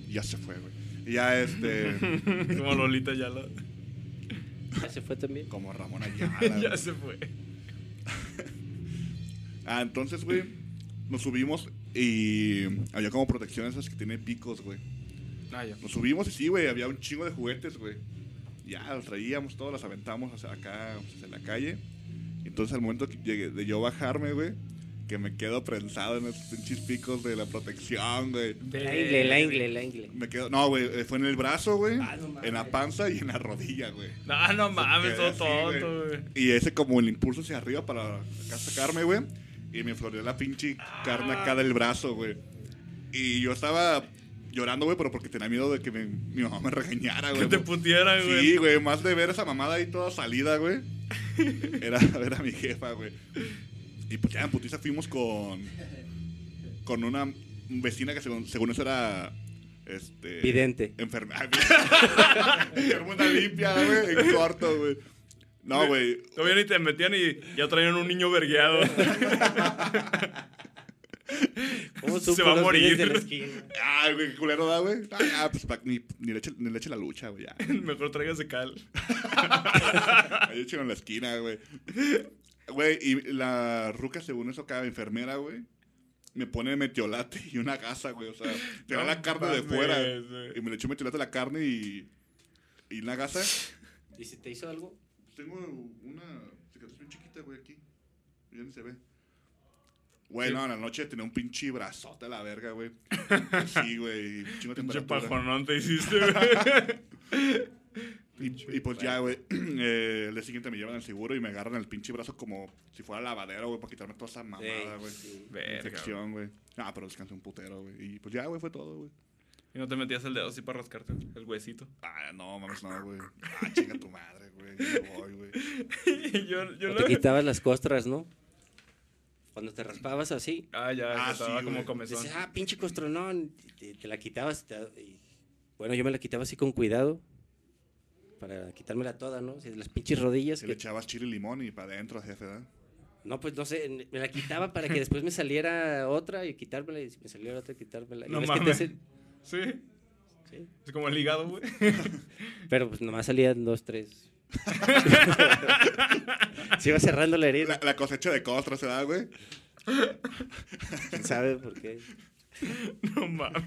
Speaker 1: Ya se fue, güey. Ya este.
Speaker 2: Como Lolita ya la...
Speaker 4: Ya se fue también.
Speaker 1: Como Ramón Ayala.
Speaker 2: ya
Speaker 1: güey.
Speaker 2: se fue.
Speaker 1: Ah, entonces, güey, nos subimos y había como protecciones esas que tienen picos, güey.
Speaker 2: Ah, ya.
Speaker 1: Nos subimos y sí, güey, había un chingo de juguetes, güey. Ya, los traíamos todos, las aventamos hacia acá, hacia la calle. Entonces, al momento que llegué- de yo bajarme, güey, que me quedo prensado en esos pinches picos de la protección, güey.
Speaker 2: Eh,
Speaker 4: La ingle, la ingle, la ingle.
Speaker 1: Me quedo, no, güey, eh, fue en el brazo, güey,
Speaker 4: Ah, no mames.
Speaker 1: en la panza y en la rodilla, güey.
Speaker 2: No, no mames,
Speaker 1: quedé
Speaker 2: todo
Speaker 1: así,
Speaker 2: tonto, güey.
Speaker 1: Y ese como el impulso hacia arriba para acá sacarme, güey. Y me floreó la pinche carne acá del brazo, güey. Y yo estaba llorando, güey, pero porque tenía miedo de que me- mi mamá me regañara,
Speaker 2: Que
Speaker 1: güey.
Speaker 2: te putiera, güey.
Speaker 1: Sí, güey, más de ver esa mamada ahí toda salida, güey. Era ver a mi jefa, güey. Y pues ya en putiza fuimos con. con una vecina que según, según eso era. Este.
Speaker 4: Vidente.
Speaker 1: Enfermedad. Enfermedad limpia, güey. En corto, güey. No, güey.
Speaker 2: Todavía ni te metían y ya traían un niño vergueado.
Speaker 4: ¿Cómo
Speaker 2: Se
Speaker 4: supo
Speaker 2: va a
Speaker 4: los
Speaker 2: morir.
Speaker 4: niños de la esquina?
Speaker 1: Ay, güey, qué culero da, güey. Ah, ya, pues pa- ni, ni, le eche, ni le eche la lucha, güey. ya.
Speaker 2: Mejor tráigase cal.
Speaker 1: Ahí echaron en la esquina, güey. Güey, y la ruca, según eso, cada enfermera, güey, me pone metiolate y una gasa, güey. O sea, te da
Speaker 2: No
Speaker 1: la carne de
Speaker 2: mames,
Speaker 1: fuera.
Speaker 2: güey.
Speaker 1: Y me le echó metiolate a la carne y. Y una gasa.
Speaker 4: ¿Y si te hizo algo?
Speaker 1: Tengo una cicatriz bien chiquita, güey, aquí. Ya ni se ve. Güey, no, en la noche tenía un pinche brazote a la verga, güey. Sí, güey. Chingo de
Speaker 2: Pinche
Speaker 1: temperatura.
Speaker 2: pajonón te hiciste, güey.
Speaker 1: Y, y pues ya, güey, eh, el día siguiente me llevan al seguro y me agarran el pinche brazo como si fuera lavadero, güey, para quitarme toda esa mamada,
Speaker 4: Sí,
Speaker 1: güey.
Speaker 4: sí.
Speaker 2: Verga. güey.
Speaker 1: Infección, güey. Ah, pero descansé un putero, güey. Y pues ya, güey, fue todo, güey.
Speaker 2: Y no te metías el dedo así para rascarte el huesito.
Speaker 1: Ah, no, mames, no, güey. Ah, chinga tu madre, güey. Yo me voy, güey.
Speaker 2: yo yo
Speaker 4: O
Speaker 2: la-
Speaker 4: te quitabas las costras, ¿no? Cuando te raspabas así.
Speaker 2: Ah, ya,
Speaker 1: Ah,
Speaker 2: estaba
Speaker 1: sí,
Speaker 2: como
Speaker 1: güey.
Speaker 2: comezón.
Speaker 4: Dices, ah, pinche costronón. y Te, te la quitabas. te- y- bueno, yo me la quitaba así con cuidado. Para quitármela toda, ¿no? Si las pinches rodillas.
Speaker 1: Se le
Speaker 4: Que,
Speaker 1: echabas chile y limón y para adentro, jefe, ¿verdad?
Speaker 4: No, pues no sé, me la quitaba para que después me saliera otra y quitármela y si me saliera otra quitármela. Y
Speaker 2: No
Speaker 4: ves que te
Speaker 2: mames.
Speaker 4: hacen-
Speaker 2: Sí.
Speaker 4: Sí.
Speaker 2: Es como el hígado, güey.
Speaker 4: Pero pues nomás salían dos, tres. Se iba cerrando la herida,
Speaker 1: La, la cosecha de costras se da, güey.
Speaker 4: quién sabe por qué.
Speaker 2: No mames.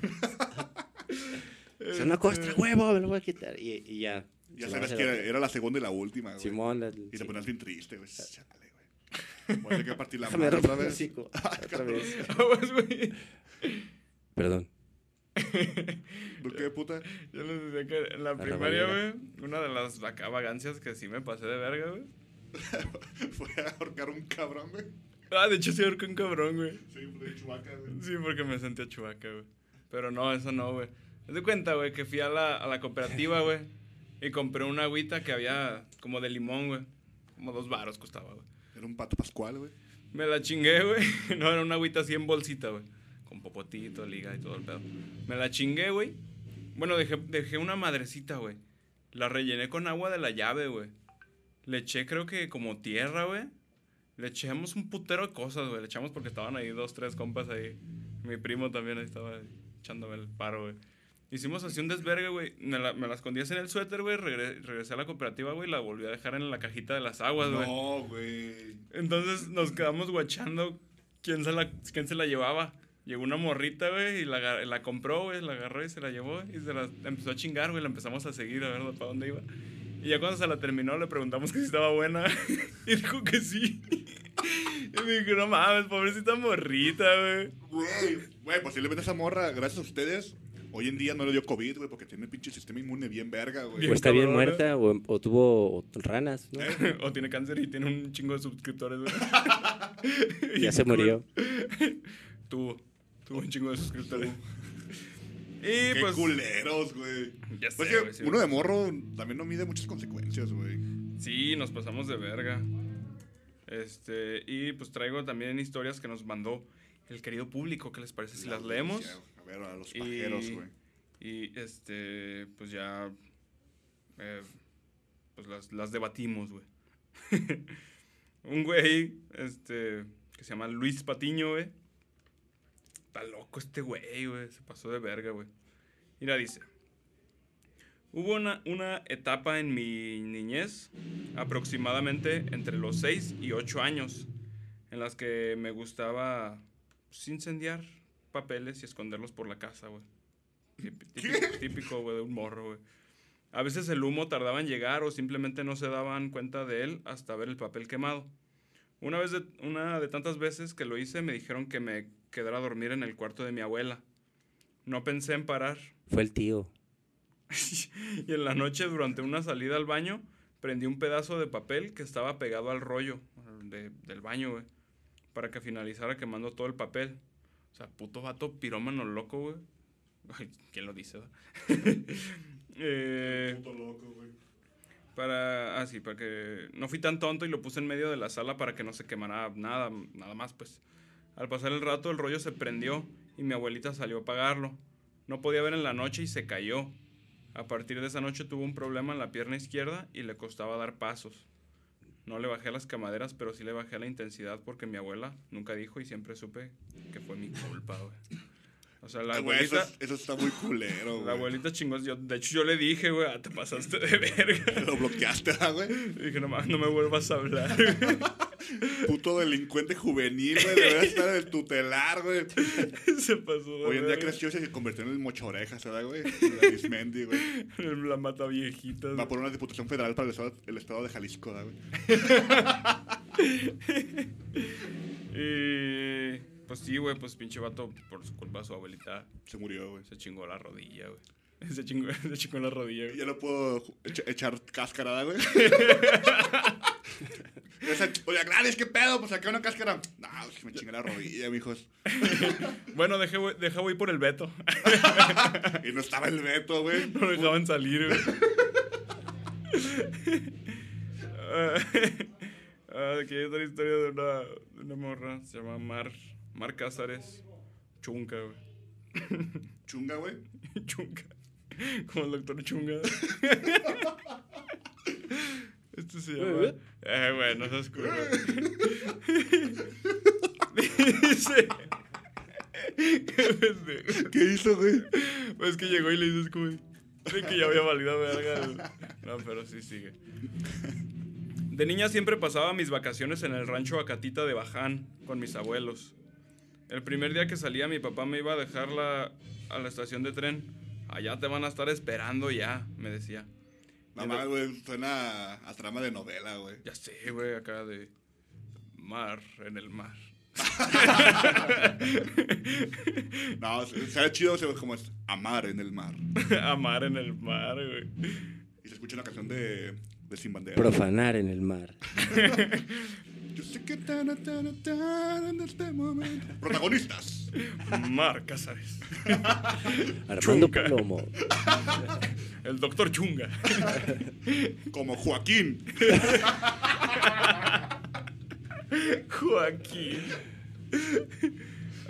Speaker 4: Es una costra, huevo, me lo voy a quitar. Y, y ya.
Speaker 1: Este. Ya
Speaker 4: Se la
Speaker 1: sabes
Speaker 4: hace
Speaker 1: que
Speaker 4: la
Speaker 1: era,
Speaker 4: otra.
Speaker 1: era la segunda y la última, güey.
Speaker 4: Simón, la-
Speaker 1: Y te
Speaker 4: sí. Ah.
Speaker 1: ponías bien triste, güey. Chale, güey. Voy a tener que partir la
Speaker 4: Déjame
Speaker 1: mano otra
Speaker 4: romper el
Speaker 1: vez.
Speaker 4: hocico. Otra vez.
Speaker 2: Aguas, Ah, pues, güey.
Speaker 4: Perdón.
Speaker 1: ¿Por qué, puta?
Speaker 2: Yo les decía que en la
Speaker 4: la
Speaker 2: primaria,
Speaker 4: bolera.
Speaker 2: güey, una de las acá vagancias que sí me pasé de verga, güey.
Speaker 1: Fue a ahorcar un cabrón, güey.
Speaker 2: Ah, de hecho se ahorcó un cabrón, güey.
Speaker 1: Sí, fue de chubaca, güey.
Speaker 2: Sí, porque me sentía chubaca, güey. Pero no, eso no, güey. Haz de cuenta, güey, que fui a la, a la cooperativa, güey. Y compré una agüita que había como de limón, güey. Como dos varos costaba, güey.
Speaker 1: Era un pato pascual, güey.
Speaker 2: Me la chingué, güey. No, era una agüita así en bolsita, güey. Con popotito, liga y todo el pedo. Me la chingué, güey. Bueno, dejé, dejé una madrecita, güey. La rellené con agua de la llave, güey. Le eché, creo que como tierra, güey. Le echamos un putero de cosas, güey. Le echamos porque estaban ahí dos, tres compas ahí. Mi primo también ahí estaba echándome el paro, güey. Hicimos así un desvergue, güey. Me la, me la escondías en el suéter, güey. Regre- regresé a la cooperativa, güey. y La volví a dejar en la cajita de las aguas, güey.
Speaker 1: No, güey.
Speaker 2: Entonces nos quedamos guachando quién se la, quién se la llevaba. Llegó una morrita, güey, y la, agar- la compró, güey, la agarró y se la llevó. Y se la la empezó a chingar, güey, la empezamos a seguir a ver para dónde iba. Y ya cuando se la terminó le preguntamos que si estaba buena. y dijo que sí. y me dijo, no mames, pobrecita morrita, güey.
Speaker 1: Güey, güey, pues posiblemente esa morra, gracias a ustedes, hoy en día no le dio COVID, güey, porque tiene el pinche sistema inmune bien verga,
Speaker 2: Bien
Speaker 1: güey.
Speaker 4: O está bien
Speaker 2: cabrón,
Speaker 4: muerta o, o tuvo ranas, ¿no?
Speaker 2: o tiene cáncer y tiene un chingo de suscriptores, güey.
Speaker 4: Ya se murió.
Speaker 2: Tuvo, tuvo un chingo de suscriptores. y
Speaker 1: Qué
Speaker 2: pues...
Speaker 1: culeros, güey.
Speaker 2: Ya sé,
Speaker 1: Pues que
Speaker 2: güey, sí,
Speaker 1: uno de morro también no mide muchas consecuencias, güey.
Speaker 2: Sí, nos pasamos de verga. Este, y pues traigo también historias que nos mandó el querido público. ¿Qué les parece si las leemos?
Speaker 1: A ver, a los
Speaker 2: Y-
Speaker 1: pajeros, güey.
Speaker 2: Y este, pues ya. eh, pues las, las debatimos, güey. Un güey, este, que se llama Luis Patiño, güey. Está loco este güey, güey. Se pasó de verga, güey. Mira, dice. Hubo una, una etapa en mi niñez, aproximadamente entre los 6 y 8 años, en las que me gustaba pues, incendiar papeles y esconderlos por la casa, güey. Típ- Típico, típico, güey, de un morro, güey. A veces el humo tardaba en llegar o simplemente no se daban cuenta de él hasta ver el papel quemado. Una, vez de, una de tantas veces que lo hice, me dijeron que me quedara a dormir en el cuarto de mi abuela. No pensé en parar.
Speaker 4: Fue el tío.
Speaker 2: y en la noche, durante una salida al baño, prendí un pedazo de papel que estaba pegado al rollo eh, de- del baño, güey. Para que finalizara quemando todo el papel. O sea, puto vato pirómano loco, güey. Ay, ¿Quién lo dice? da? eh,
Speaker 1: Puto loco, güey.
Speaker 2: para. Ah, sí, para que. No fui tan tonto y lo puse en medio de la sala para que no se quemara nada, nada más, pues. Al pasar el rato, el rollo se prendió y mi abuelita salió a apagarlo. No podía ver en la noche y se cayó. A partir de esa noche tuvo un problema en la pierna izquierda y le costaba dar pasos. No le bajé las camaderas, pero sí le bajé la intensidad porque mi abuela nunca dijo y siempre supe que fue mi culpa, güey. O sea, la
Speaker 1: Güey, eso,
Speaker 2: abuelita,
Speaker 1: es- eso está muy culero,
Speaker 2: la
Speaker 1: güey.
Speaker 2: abuelita chingó. Yo, de hecho, yo le dije, güey, "Ah, te pasaste de verga.
Speaker 1: Lo bloqueaste, ¿ah, güey.
Speaker 2: Y dije, nomás no me vuelvas a hablar.
Speaker 1: Puto delincuente juvenil, güey. Debería estar en el tutelar, güey.
Speaker 2: se pasó. de
Speaker 1: Hoy en día
Speaker 2: verga.
Speaker 1: creció y se convirtió en el mocha orejas, ¿verdad, güey? La Arismendi, güey.
Speaker 2: La mata viejita.
Speaker 1: Va por una diputación federal para el estado, el estado de Jalisco, ¿verdad, güey?
Speaker 2: Y. Pues sí, güey, pues pinche vato, por su culpa, su abuelita
Speaker 1: Se murió, güey.
Speaker 2: se chingó la rodilla, güey. Se chingó, se chingó la rodilla, güey.
Speaker 1: Ya no puedo ju- echa- echar cáscara, ¿verdad, güey. Esa- Oye, Gladys, ¿qué pedo? Pues saqué una cáscara. No, pues, me chingué la rodilla, mijos.
Speaker 2: Bueno, dejé, güey- deja, güey, por el veto.
Speaker 1: Y no estaba el Beto, güey.
Speaker 2: No lo dejaban salir, güey. Ah, ah, Aquí hay otra historia de una, de una morra. Se llama Mar. Mar Cázares. Chunca, güey.
Speaker 1: Chunga, güey.
Speaker 2: Chunca. Como el doctor Chunga. Esto Este se llama Eh, bueno, eso es cool, güey. Dice. Qué pendejo.
Speaker 1: ¿Qué hizo, güey?
Speaker 2: Pues que llegó y le dices como de que ya había validado verga. el- No, pero sí sigue. De niña siempre pasaba mis vacaciones en el rancho Acatita de Baján con mis abuelos. El primer día que salía mi papá me iba a dejarla a la estación de tren. Allá te van a estar esperando ya, me decía.
Speaker 1: No mames, güey. Suena a, a trama de novela, güey.
Speaker 2: Ya sé, güey, acá de mar en el mar.
Speaker 1: No, será chido o sea, como es amar en el mar.
Speaker 2: Amar en el mar, güey.
Speaker 1: Y se escucha una canción de, de Sin Bandera.
Speaker 4: Profanar en el mar.
Speaker 1: Yo sé que tan, tan, tan, en este momento. Protagonistas.
Speaker 2: Mar Casares.
Speaker 4: Armando
Speaker 2: Chunca.
Speaker 4: Palomo.
Speaker 2: El doctor Chunga.
Speaker 1: Como Joaquín.
Speaker 2: Joaquín.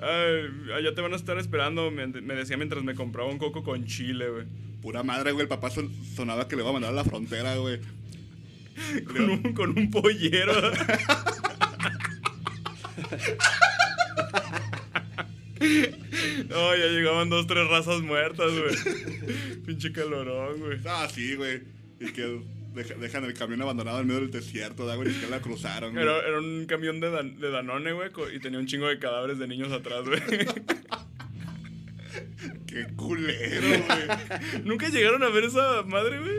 Speaker 2: Ay, allá te van a estar esperando, me, me decía mientras me compraba un coco con chile, güey.
Speaker 1: Pura madre, güey. El papá son- sonaba que le va a mandar a la frontera, güey.
Speaker 2: Con un, con un pollero. No, ya llegaban dos, tres razas muertas, güey. Pinche calorón, güey.
Speaker 1: Ah, sí, güey. Y que deja- dejan el camión abandonado en medio del desierto, ¿da, güey. Ni siquiera la cruzaron, güey.
Speaker 2: Era, era un camión de, Dan- de Danone, güey, co- y tenía un chingo de cadáveres de niños atrás, güey.
Speaker 1: Qué culero, güey.
Speaker 2: ¿Nunca llegaron a ver esa madre, güey?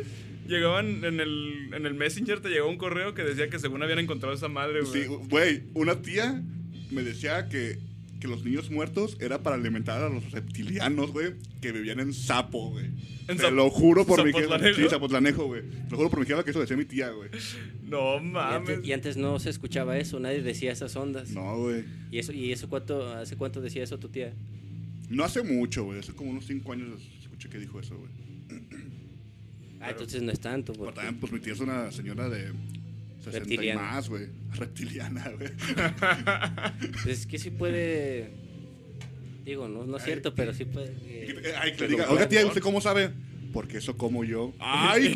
Speaker 2: Llegaban en el, en el Messenger, te llegó un correo que decía que según habían encontrado esa madre, güey.
Speaker 1: Sí, güey. Una tía me decía que, que los niños muertos era para alimentar a los reptilianos, güey. Que vivían en sapo, güey.
Speaker 2: ¿En
Speaker 1: Te
Speaker 2: Zap-
Speaker 1: lo juro por mi jefa.
Speaker 2: Zapotlanejo?
Speaker 1: Sí, Zapotlanejo, güey. Te Lo juro por mi jefa que eso decía mi tía, güey.
Speaker 2: no
Speaker 4: Y ante- y
Speaker 2: Ah, mames.
Speaker 4: antes, no se escuchaba eso, nadie decía esas ondas.
Speaker 1: No, güey.
Speaker 4: ¿Y eso, y eso cuánto, hace cuánto decía eso tu tía?
Speaker 1: No hace mucho, güey. Hace como unos 5 años escuché que dijo eso, güey.
Speaker 4: Ah, entonces no es tanto.
Speaker 1: Pero
Speaker 4: porque-
Speaker 1: también, pues mi tía es una señora de 60
Speaker 4: Reptiliana.
Speaker 1: y más, güey. Reptiliana, güey.
Speaker 4: pues es que sí puede. Digo, no, no es cierto, pero sí puede. eh,
Speaker 1: Ay, que
Speaker 4: que
Speaker 1: le diga,
Speaker 4: lo-
Speaker 1: oiga tía, ¿y ¿usted cómo sabe? Porque eso como yo. ¡Ay,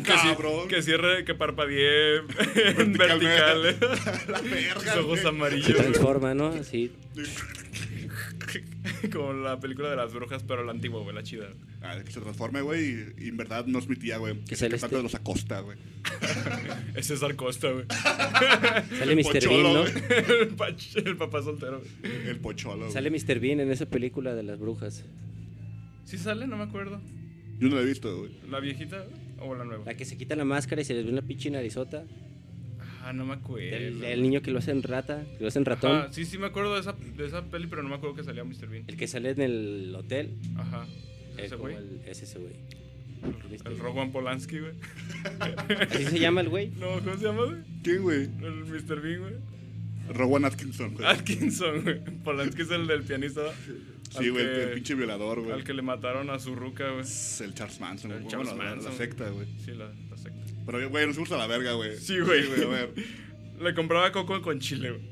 Speaker 2: Que sí-
Speaker 1: cabrón!
Speaker 2: Que cierre, que parpadeé en vertical. eh.
Speaker 1: La verga,
Speaker 2: Sus ojos
Speaker 1: güey.
Speaker 4: Se
Speaker 2: amarillos.
Speaker 4: transforma, ¿no? Sí.
Speaker 2: Como la película de las brujas, pero la antigua, güey, la chida.
Speaker 1: Ah, que se transforme, güey. Y, y en verdad no es mi tía, güey. Que
Speaker 4: es
Speaker 1: se
Speaker 4: el
Speaker 1: trata
Speaker 4: este.
Speaker 1: de los Acosta, güey.
Speaker 2: Es César Costa, güey.
Speaker 4: Sale Mr. Bean,
Speaker 1: pocholo,
Speaker 4: ¿no?
Speaker 1: güey.
Speaker 2: El, pach- el papá soltero. güey.
Speaker 1: El pocholo.
Speaker 4: Sale
Speaker 1: güey.
Speaker 4: Mr. Bean en esa película de las brujas.
Speaker 2: ¿Sí sale? No me acuerdo.
Speaker 1: Yo no lo he visto, güey.
Speaker 2: ¿La viejita güey? o la nueva?
Speaker 4: La que se quita la máscara y se les ve una pinche narizota.
Speaker 2: Ah, no me acuerdo.
Speaker 4: El, el niño que lo hacen rata, que lo hacen ratón.
Speaker 2: Ajá, sí, sí me acuerdo de esa, de esa peli, pero no me acuerdo que salía Mr. Bean.
Speaker 4: El que sale en el hotel.
Speaker 2: Ajá. ¿Es
Speaker 4: eh,
Speaker 2: ese
Speaker 4: como
Speaker 2: güey?
Speaker 4: el- es ese güey.
Speaker 2: El, Rowan Polanski, güey.
Speaker 4: Así se llama el güey.
Speaker 2: No, ¿cómo se llama, güey?
Speaker 1: ¿Quién, güey?
Speaker 2: El Mr. Bean, güey.
Speaker 1: Rowan Atkinson, güey.
Speaker 2: Atkinson, güey. Polanski es el del pianista. ¿va?
Speaker 1: Sí,
Speaker 2: Al
Speaker 1: güey. El,
Speaker 2: que-
Speaker 1: el pinche violador, güey.
Speaker 2: Al que le mataron a su ruca, güey.
Speaker 1: El Charles Manson,
Speaker 2: El
Speaker 1: güey.
Speaker 2: Charles
Speaker 1: Bueno, la- La,
Speaker 2: Manson.
Speaker 1: secta, güey.
Speaker 2: Sí, la, la secta.
Speaker 1: Pero, güey, nos gusta la verga, güey.
Speaker 2: Sí, güey.
Speaker 1: a ver.
Speaker 2: Le compraba coco con chile, güey.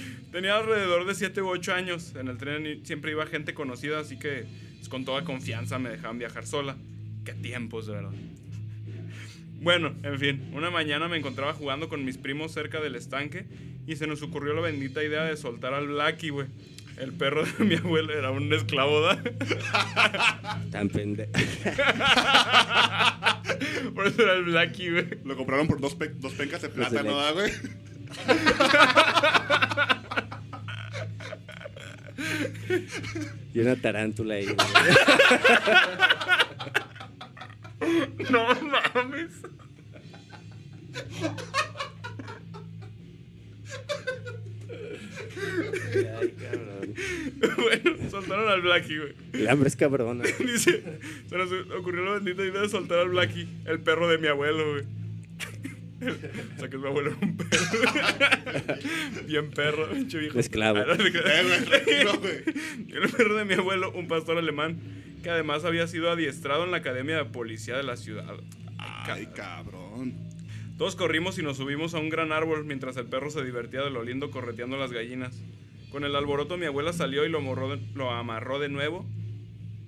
Speaker 2: Tenía alrededor de 7 u 8 años. En el tren i- siempre iba gente conocida, así que pues, con toda confianza me dejaban viajar sola. Qué tiempos, de verdad. Bueno, en fin, una mañana me encontraba jugando con mis primos cerca del estanque y se nos ocurrió la bendita idea de soltar al Blackie, güey. El perro de mi abuelo era un esclavo, ¿da?
Speaker 4: Tan pendejo.
Speaker 2: Por eso era el Blackie, güey.
Speaker 1: Lo compraron por dos, pe- dos pencas de plata,
Speaker 4: leche.
Speaker 1: ¿no, da, güey?
Speaker 4: Y una tarántula ahí. güey.
Speaker 2: No mames.
Speaker 4: Ay, cabrón.
Speaker 2: Bueno, soltaron al Blackie, güey.
Speaker 4: El hambre es cabrón.
Speaker 2: Dice, se nos ocurrió la bendita idea de soltar al Blackie, el perro de mi abuelo, güey. O sea, que mi abuelo era un perro. güey. Bien perro, pinche viejo.
Speaker 4: Un esclavo.
Speaker 2: Ah, no te creas.
Speaker 1: Eh, güey, tranquilo, güey.
Speaker 2: El perro de mi abuelo, un pastor alemán, que además había sido adiestrado en la Academia de Policía de la ciudad.
Speaker 1: Ay, cabrón.
Speaker 2: Todos corrimos y nos subimos a un gran árbol mientras el perro se divertía de lo lindo correteando las gallinas. Con el alboroto mi abuela salió y lo, morró de- lo amarró de nuevo.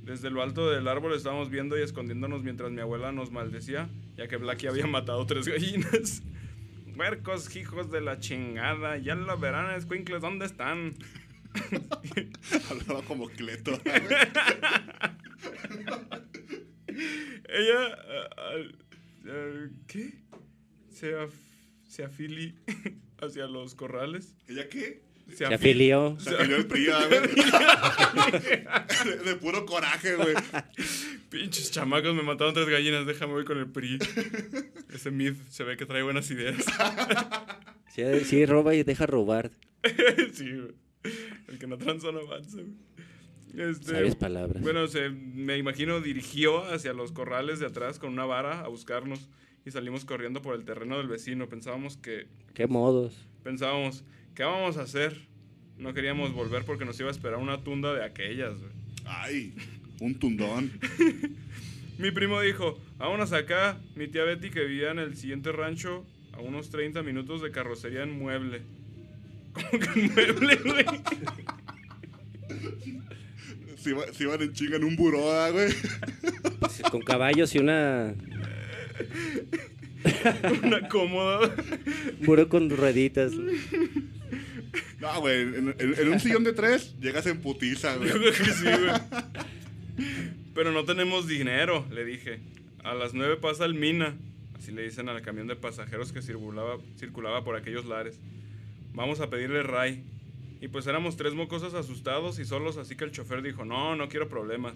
Speaker 2: Desde lo alto del árbol estábamos viendo y escondiéndonos mientras mi abuela nos maldecía, ya que Blackie había matado tres gallinas. Puercos, hijos de la chingada. Ya lo verán, escuincles, ¿dónde están?
Speaker 1: Hablaba como Cleto. ah,
Speaker 2: Ella. ah, al- ah, ¿Qué? Se, af- se afili hacia los corrales.
Speaker 1: ¿Ella qué?
Speaker 4: Se
Speaker 2: afi-
Speaker 4: afilió.
Speaker 1: Se peleó el PRI, ah, güey. de, de puro coraje, güey.
Speaker 2: Pinches chamacos, me mataron tres gallinas. Déjame voy con el PRI. Ese mid se ve que trae buenas ideas.
Speaker 4: Sí, sí, roba y deja robar.
Speaker 2: sí, güey. El que no tranza no avanza, güey. Este,
Speaker 4: Sabias palabras.
Speaker 2: Bueno, se, me imagino dirigió hacia los corrales de atrás con una vara a buscarnos y salimos corriendo por el terreno del vecino. Pensábamos que
Speaker 4: Qué modos.
Speaker 2: pensábamos, ¿qué vamos a hacer? No queríamos volver porque nos iba a esperar una tunda de aquellas, güey.
Speaker 1: Ay, un tundón.
Speaker 2: Mi primo dijo, vámonos acá. Mi tía Betty que vivía en el siguiente rancho a unos 30 minutos de carrocería en mueble. ¿Cómo que en mueble, güey?
Speaker 1: Se, iba- se iban en chinga en un buró, ah, güey.
Speaker 4: Pues, Con caballos y una.
Speaker 2: Una cómoda.
Speaker 4: Puro con rueditas.
Speaker 1: No, güey, en, en- en un sillón de tres llegas en putiza, güey.
Speaker 2: Yo creo que sí, güey. Pero no tenemos dinero, le dije. A las 9 pasa el Mina. Así le dicen al camión de pasajeros que circulaba, circulaba por aquellos lares. Vamos a pedirle Ray. Y pues éramos tres mocosos asustados y solos, así que el chofer dijo, no, no quiero problemas.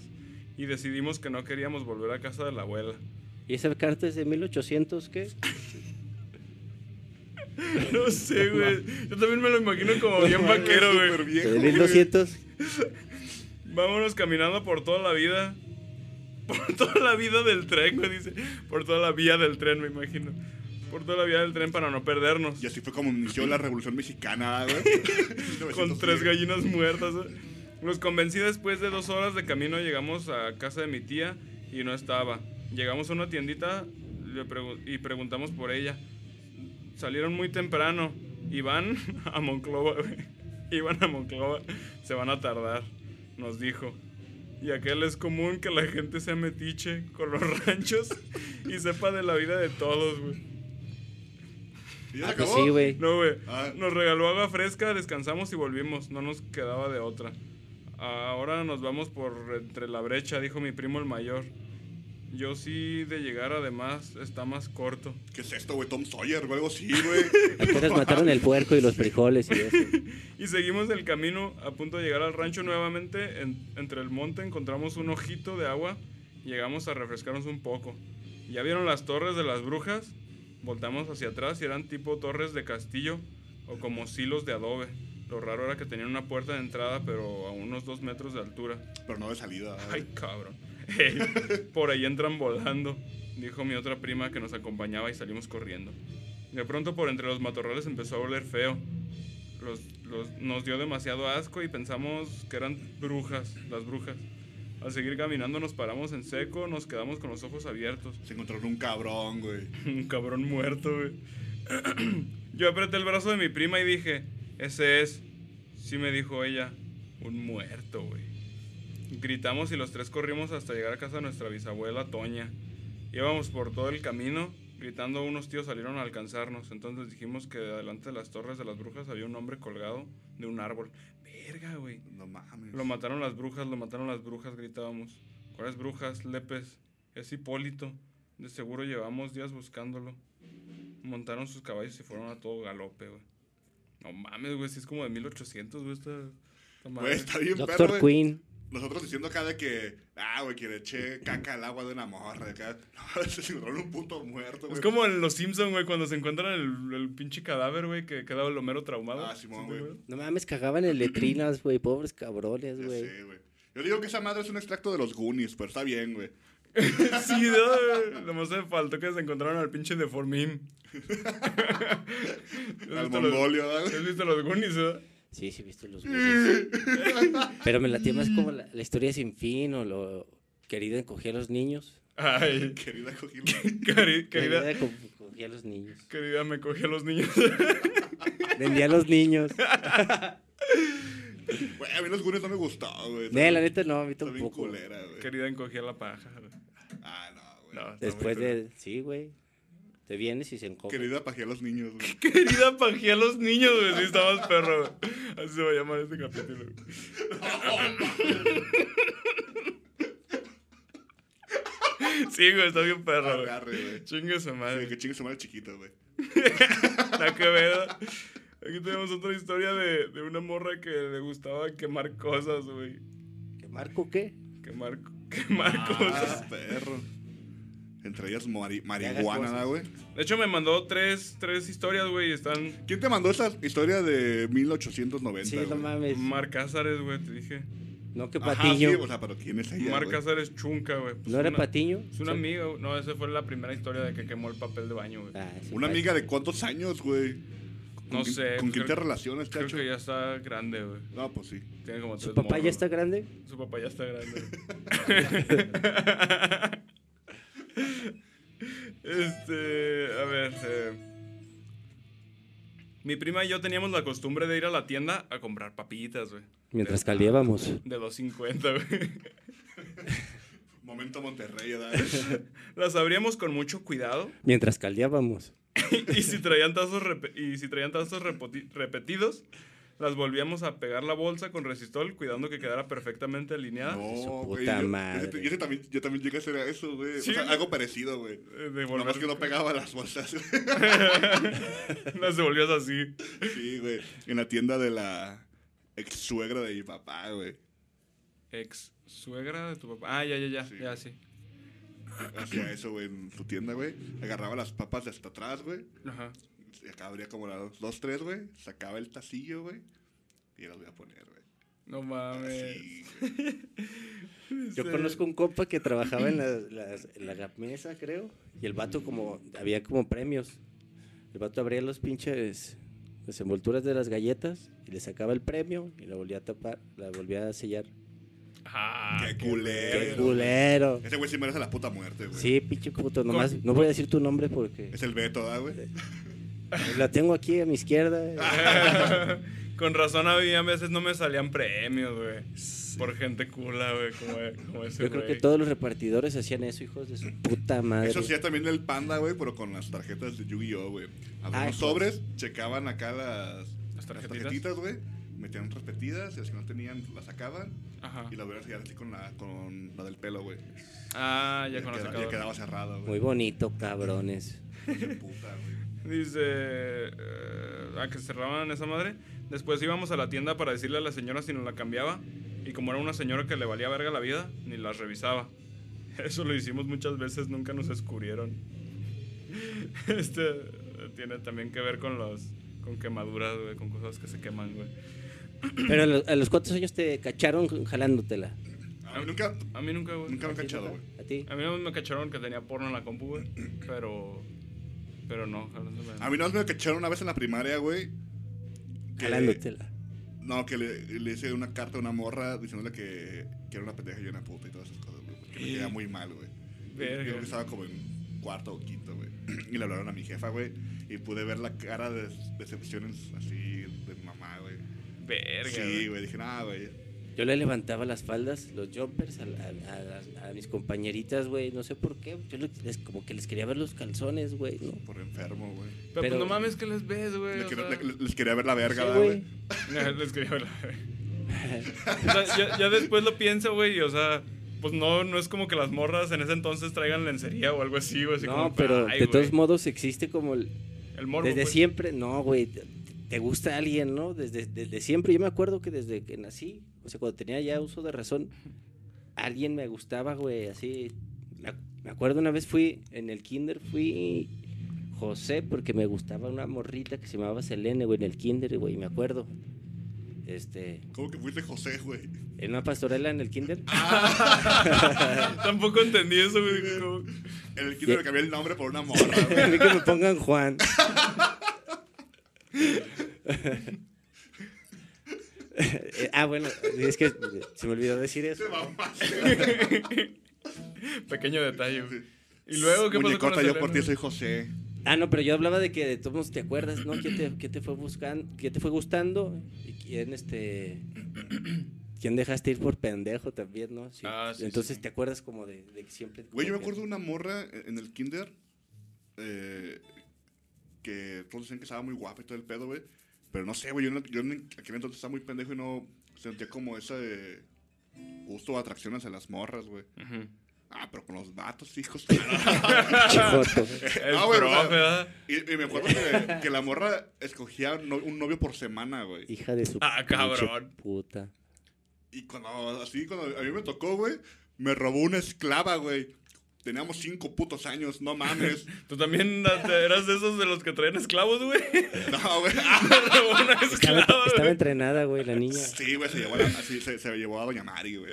Speaker 2: Y decidimos que no queríamos volver a casa de la abuela.
Speaker 4: ¿Y esa carta es de 1800 qué?
Speaker 2: No sé, güey. Yo también me lo imagino como bien vaquero,
Speaker 1: Súper
Speaker 2: güey.
Speaker 1: viejo,
Speaker 4: ¿De
Speaker 1: güey.
Speaker 4: 1200?
Speaker 2: Vámonos caminando por toda la vida. Por toda la vida del tren, güey, dice. Por toda la vía del tren, me imagino. Por toda la vía del tren para no perdernos.
Speaker 1: Y así fue como inició la Revolución Mexicana, ah, güey.
Speaker 2: Con tres
Speaker 1: 1910.
Speaker 2: gallinas muertas. güey. Los convencí después de dos horas de camino. Llegamos a casa de mi tía y no estaba. Llegamos a una tiendita le pregu- y preguntamos por ella. Salieron muy temprano y van a Monclova, güey. Iban a Monclova. Se van a tardar, nos dijo. Y aquel es común que la gente sea metiche con los ranchos y sepa de la vida de todos, güey.
Speaker 1: ¿Y ya se
Speaker 4: Ah, pues
Speaker 1: acabó?
Speaker 4: sí, güey.
Speaker 2: No, güey.
Speaker 1: Ah.
Speaker 2: Nos regaló agua fresca, descansamos y volvimos. No nos quedaba de otra. Ahora nos vamos por entre la brecha, dijo mi primo el mayor. Yo sí de llegar, además, está más corto.
Speaker 1: ¿Qué es esto, güey? Tom Sawyer, güey, algo así, güey.
Speaker 4: Apenas mataron el puerco y los frijoles y eso.
Speaker 2: Y seguimos el camino a punto de llegar al rancho nuevamente. En- entre el monte encontramos un ojito de agua. Llegamos a refrescarnos un poco. ¿Ya vieron las torres de las brujas? Voltamos hacia atrás y eran tipo torres de castillo o como silos de adobe. Lo raro era que tenían una puerta de entrada pero a unos dos metros de altura.
Speaker 1: Pero no de salida.
Speaker 2: Ay, cabrón. Ey, por ahí entran volando, dijo mi otra prima que nos acompañaba y salimos corriendo. De pronto por entre los matorrales empezó a oler feo. Los- los- nos dio demasiado asco y pensamos que eran brujas, las brujas. Al seguir caminando nos paramos en seco, nos quedamos con los ojos abiertos.
Speaker 1: Se encontraron un cabrón, güey.
Speaker 2: Un cabrón muerto, güey. Yo apreté el brazo de mi prima y dije, ese es, sí me dijo ella, un muerto, güey. Gritamos y los tres corrimos hasta llegar a casa de nuestra bisabuela Toña. Íbamos por todo el camino, gritando unos tíos salieron a alcanzarnos. Entonces dijimos que delante de las torres de las brujas había un hombre colgado de un árbol. Verga, güey.
Speaker 1: No mames.
Speaker 2: Lo mataron las brujas, lo mataron las brujas, gritábamos. ¿Cuáles brujas? Lepes. Es Hipólito. De seguro llevamos días buscándolo. Montaron sus caballos y fueron a todo galope, güey. No mames, güey, si es como de 1800, güey, esta... esta madre.
Speaker 1: Güey, está bien perro,
Speaker 4: Doctor
Speaker 1: güey.
Speaker 4: Queen.
Speaker 1: Nosotros diciendo acá de que, ah, güey, que le eché caca al agua de una morra. de Acá. No, se encontraron un puto muerto, güey.
Speaker 2: Es como en Los Simpsons, güey, cuando se encuentran el, el pinche cadáver, güey, que queda el Homero traumado.
Speaker 1: Ah,
Speaker 2: ¿Sí
Speaker 1: Simón,
Speaker 2: te
Speaker 1: güey.
Speaker 2: acuerdas?
Speaker 4: No mames, cagaban en letrinas, güey. Pobres cabrones,
Speaker 1: Ya
Speaker 4: güey.
Speaker 1: sé, güey. Yo digo que esa madre es un extracto de los Goonies, pero está bien, güey.
Speaker 2: Sí, no, güey. Nomás se faltó que se encontraron al pinche de Formín.
Speaker 1: Al mongolio, ¿verdad, güey?
Speaker 2: ¿Has visto los Goonies, eh?
Speaker 4: Sí, sí, viste los güeyes. Pero me latía más como la, la historia sin fin o lo querida encogía a los niños.
Speaker 2: Ay,
Speaker 1: Querida cogida.
Speaker 2: Cari-
Speaker 4: Querida,
Speaker 2: querida,
Speaker 4: co- cogía a los niños.
Speaker 2: querida, me cogí a los niños.
Speaker 4: Vendía a los niños.
Speaker 1: Güey, a mí los Goonies no me gustó, güey.
Speaker 4: No, la neta no, a mí
Speaker 1: Está bien
Speaker 4: tampoco. güey.
Speaker 1: culera, güey.
Speaker 2: querida, encogí a la paja.
Speaker 1: Ah, no, güey.
Speaker 2: No, está muy
Speaker 4: Después
Speaker 2: culero.
Speaker 4: de. Sí, güey. Te vienes y se encoge.
Speaker 1: Querida, pajeé a los niños, güey.
Speaker 2: Querida pajía a los niños, güey. Sí, está más perro, güey. Así se va a llamar este capítulo. güey. Sí, güey, está bien perro, güey.
Speaker 1: Agarre, güey.
Speaker 2: Chingue su madre.
Speaker 1: Sí, que chingue su madre chiquito, güey.
Speaker 2: La Quevedo. Aquí tenemos otra historia de, de una morra que le gustaba quemar cosas, güey.
Speaker 4: ¿Que ¿Marco qué?
Speaker 2: Quemar, quemar
Speaker 1: Ah,
Speaker 2: cosas.
Speaker 1: perro. Entre ellas mari-
Speaker 4: hagas
Speaker 1: marihuana,
Speaker 4: cosas.
Speaker 1: güey.
Speaker 2: De hecho, me mandó tres, tres historias, güey. y Están
Speaker 1: ¿Quién te mandó esa historia de 1890?
Speaker 4: Sí, no
Speaker 1: güey?
Speaker 4: mames.
Speaker 2: Mar Cázares, güey, te dije.
Speaker 4: no, que
Speaker 1: Ajá,
Speaker 4: Patiño.
Speaker 1: sí, o sea, pero ¿quién es ella?
Speaker 2: Mar
Speaker 1: güey?
Speaker 2: Cázares Chunca, güey. Pues
Speaker 4: ¿No era
Speaker 2: una-
Speaker 4: Patiño?
Speaker 2: Es una amiga, güey. No, esa fue la primera historia de que quemó el papel de baño, güey.
Speaker 4: Ah, sí,
Speaker 1: ¿Una
Speaker 4: Pat-
Speaker 1: amiga de cuántos años, güey? ¿Con
Speaker 2: No
Speaker 1: quién-
Speaker 2: sé,
Speaker 1: ¿Con
Speaker 2: pues,
Speaker 1: quién te
Speaker 2: creo-
Speaker 1: relacionas,
Speaker 2: Creo
Speaker 1: chacho?
Speaker 2: que ya está grande, güey.
Speaker 1: No, pues sí.
Speaker 2: Tiene como
Speaker 4: ¿Su
Speaker 2: tres
Speaker 4: papá ya
Speaker 2: morros.
Speaker 4: está grande?
Speaker 2: Su papá ya está grande. este, a ver. eh, mi prima y yo teníamos la costumbre de ir a la tienda a comprar papitas, güey.
Speaker 4: Mientras caliábamos.
Speaker 2: De 2.50, güey.
Speaker 1: Momento Monterrey, ¿verdad?
Speaker 2: Las abríamos con mucho cuidado.
Speaker 4: Mientras caldeábamos.
Speaker 2: y si traían tazos, rep- y si traían tazos repoti- repetidos, las volvíamos a pegar la bolsa con resistol, cuidando que quedara perfectamente alineada.
Speaker 1: No,
Speaker 4: Su
Speaker 1: güey,
Speaker 4: puta
Speaker 1: yo-
Speaker 4: madre.
Speaker 1: Yo, yo también, yo también llegué a hacer eso, güey.
Speaker 2: Sí.
Speaker 1: O sea, algo parecido, güey.
Speaker 2: Eh, de
Speaker 1: Nada más
Speaker 2: volver-
Speaker 1: que no pegaba las bolsas, güey.
Speaker 2: las devolvías así.
Speaker 1: Sí, güey. En la tienda de la ex suegra de mi papá, güey.
Speaker 2: Ex suegra de tu papá. Ah, ya, ya, ya.
Speaker 1: Sí.
Speaker 2: Ya, sí.
Speaker 1: Hacía eso, güey, en su tienda, güey. Agarraba las papas de hasta atrás, güey.
Speaker 2: Ajá.
Speaker 1: Y acá abría como las dos, tres, güey. Sacaba el tacillo, güey. Y las voy a poner, güey.
Speaker 2: No mames.
Speaker 1: Así, güey.
Speaker 4: Yo conozco un compa que trabajaba en la, las- en la mesa, creo, y el vato como, había como premios. El vato abría los pinches, las envolturas de las galletas y le sacaba el premio y la volvía a tapar, la volvía a sellar.
Speaker 2: Ah,
Speaker 1: Qué
Speaker 4: ¡Qué
Speaker 1: culero.
Speaker 4: culero!
Speaker 1: Ese güey sí merece la puta muerte, güey.
Speaker 4: Sí, pinche puto, nomás, no voy a decir tu nombre porque
Speaker 1: Es el Beto, ¿da, güey?
Speaker 4: la tengo aquí a mi izquierda.
Speaker 1: Ah,
Speaker 2: Con razón a mí a veces no me salían premios, güey. Por gente cula, güey, como, como ese
Speaker 4: Yo creo que
Speaker 2: güey.
Speaker 4: todos los repartidores hacían eso, hijos de su puta madre.
Speaker 1: Eso sí, también el panda, güey, pero con las tarjetas de Yu-Gi-Oh, güey. Abrían
Speaker 4: Ah,
Speaker 1: los
Speaker 4: sí.
Speaker 1: sobres, checaban acá las,
Speaker 2: Las
Speaker 1: las
Speaker 2: tarjetitas.
Speaker 1: tarjetitas, güey. Metían repetidas y las que no tenían las sacaban.
Speaker 2: Ajá.
Speaker 1: Y la volvían a sellar así con la, con la del pelo, güey.
Speaker 2: Ah, ya
Speaker 1: Ya,
Speaker 2: conocí.
Speaker 1: queda- ya quedaba cerrada,
Speaker 4: Muy
Speaker 1: güey.
Speaker 4: bonito, cabrones.
Speaker 1: Qué puta, güey.
Speaker 2: Dice. eh, a que cerraban esa madre. Después íbamos a la tienda para decirle a la señora si nos la cambiaba. Y como era una señora que le valía verga la vida, ni las revisaba. Eso lo hicimos muchas veces, nunca nos descubrieron. Este eh, tiene también que ver con los. con quemaduras, güey, con cosas que se queman, güey.
Speaker 4: Pero a los, a los cuántos años te cacharon jalándotela.
Speaker 1: A mí nunca,
Speaker 2: A mí nunca, güey.
Speaker 1: nunca me han
Speaker 4: ¿A ti,
Speaker 1: cachado,
Speaker 4: Rafa?
Speaker 1: güey.
Speaker 4: ¿A ti?
Speaker 2: A mí no me cacharon que tenía porno en la compu, güey. Pero. Pero no, jalándome.
Speaker 1: A mí no me cacharon una vez en la primaria, güey. que-
Speaker 4: Jalándotela.
Speaker 1: No, que le, le hice una carta a una morra diciéndole que, que era una pendeja y una puta y todas esas cosas, güey. Que me quedaba muy mal, güey.
Speaker 2: Eh, Verga.
Speaker 1: Yo creo que estaba como en cuarto o quinto, güey. Y le hablaron a mi jefa, güey. Y pude ver la cara de decepción en- así de mamá, güey.
Speaker 2: Verga.
Speaker 1: Sí, güey. Dije, nah, güey.
Speaker 4: Yo le levantaba las faldas, los jumpers a, a- a las- a mis compañeritas, güey. No sé por qué. Yo les- como que les quería ver los calzones, güey. ¿no?
Speaker 1: Por enfermo, güey.
Speaker 2: Pero, pues,
Speaker 4: Pero-
Speaker 2: no mames que les ves, güey.
Speaker 1: Le
Speaker 2: o
Speaker 1: quiero-
Speaker 2: sea.
Speaker 1: le- Les quería ver la verga,
Speaker 4: Sí,
Speaker 1: ¿verdad, güey.
Speaker 2: No, les quería hablar. O sea, ya, ya después lo pienso, güey, y, o sea, pues no, no es como que las morras en ese entonces traigan lencería o algo así, güey. así
Speaker 4: No,
Speaker 2: como,
Speaker 4: pero
Speaker 2: "Ay,
Speaker 4: de
Speaker 2: güey,
Speaker 4: todos modos existe como... el-
Speaker 2: el morbo,
Speaker 4: desde
Speaker 2: pues".
Speaker 4: siempre, no, güey. Te, te gusta alguien, ¿no? Desde, desde siempre. Yo me acuerdo que desde que nací, o sea, cuando tenía ya uso de razón, alguien me gustaba, güey. Así... Me, ac- me acuerdo una vez fui en el kinder, fui... José, porque me gustaba una morrita que se llamaba Selene, güey, en el kinder, güey, me acuerdo. Este,
Speaker 1: ¿Cómo que fuiste José, güey?
Speaker 4: En una pastorela en el kinder.
Speaker 2: Tampoco entendí eso, güey. dije, como-
Speaker 1: En el quinto le cambié el nombre por una morra,
Speaker 4: A
Speaker 1: güey.
Speaker 4: mí que me pongan Juan. Eh, ah, bueno, es que se me olvidó decir eso.
Speaker 1: Te mamaste.
Speaker 2: Pequeño detalle, güey. Y luego, ¿qué pasó con
Speaker 1: Muñecota,
Speaker 2: la
Speaker 1: yo por ti
Speaker 2: Selena?
Speaker 1: soy José.
Speaker 4: Ah, no, pero yo hablaba de que de todos modos te acuerdas, ¿no? ¿Qué te, qué te fue buscando? ¿Qué te fue gustando? ¿Y quién, este... ¿Quién dejaste ir por pendejo también, no? Sí.
Speaker 2: Ah, sí,
Speaker 4: Entonces
Speaker 2: sí.
Speaker 4: te acuerdas como de, de que siempre...
Speaker 1: Güey, yo me
Speaker 4: como
Speaker 1: acuerdo
Speaker 4: que-
Speaker 1: de una morra en el e-, kinder eh, que todos decían que estaba muy guapa y todo el pedo, güey. Pero no sé, güey, yo, no, yo en aquel entonces estaba muy pendejo y no sentía como ese gusto o atracción hacia las morras, güey. Ah, pero con los vatos, hijos.
Speaker 4: Chijoto, güey.
Speaker 2: El
Speaker 1: Ah, güey, o sea,
Speaker 2: profe, ¿verdad?
Speaker 1: y, y me acuerdo que, que la morra escogía no- un novio por semana, güey.
Speaker 4: Hija de su
Speaker 2: Ah, cabrón.
Speaker 4: pinche puta.
Speaker 1: Y cuando así, cuando a mí me tocó, güey, me robó una esclava, güey. Teníamos cinco putos años, no mames.
Speaker 2: Tú Pues también eras de esos de los que traían esclavos, güey.
Speaker 1: No, güey.
Speaker 2: Una
Speaker 4: Estaba,
Speaker 2: esclava,
Speaker 4: estaba
Speaker 2: güey.
Speaker 4: entrenada, güey, la niña.
Speaker 1: Sí, güey, se llevó a, la- así, se, se llevó a Doña Mari, güey.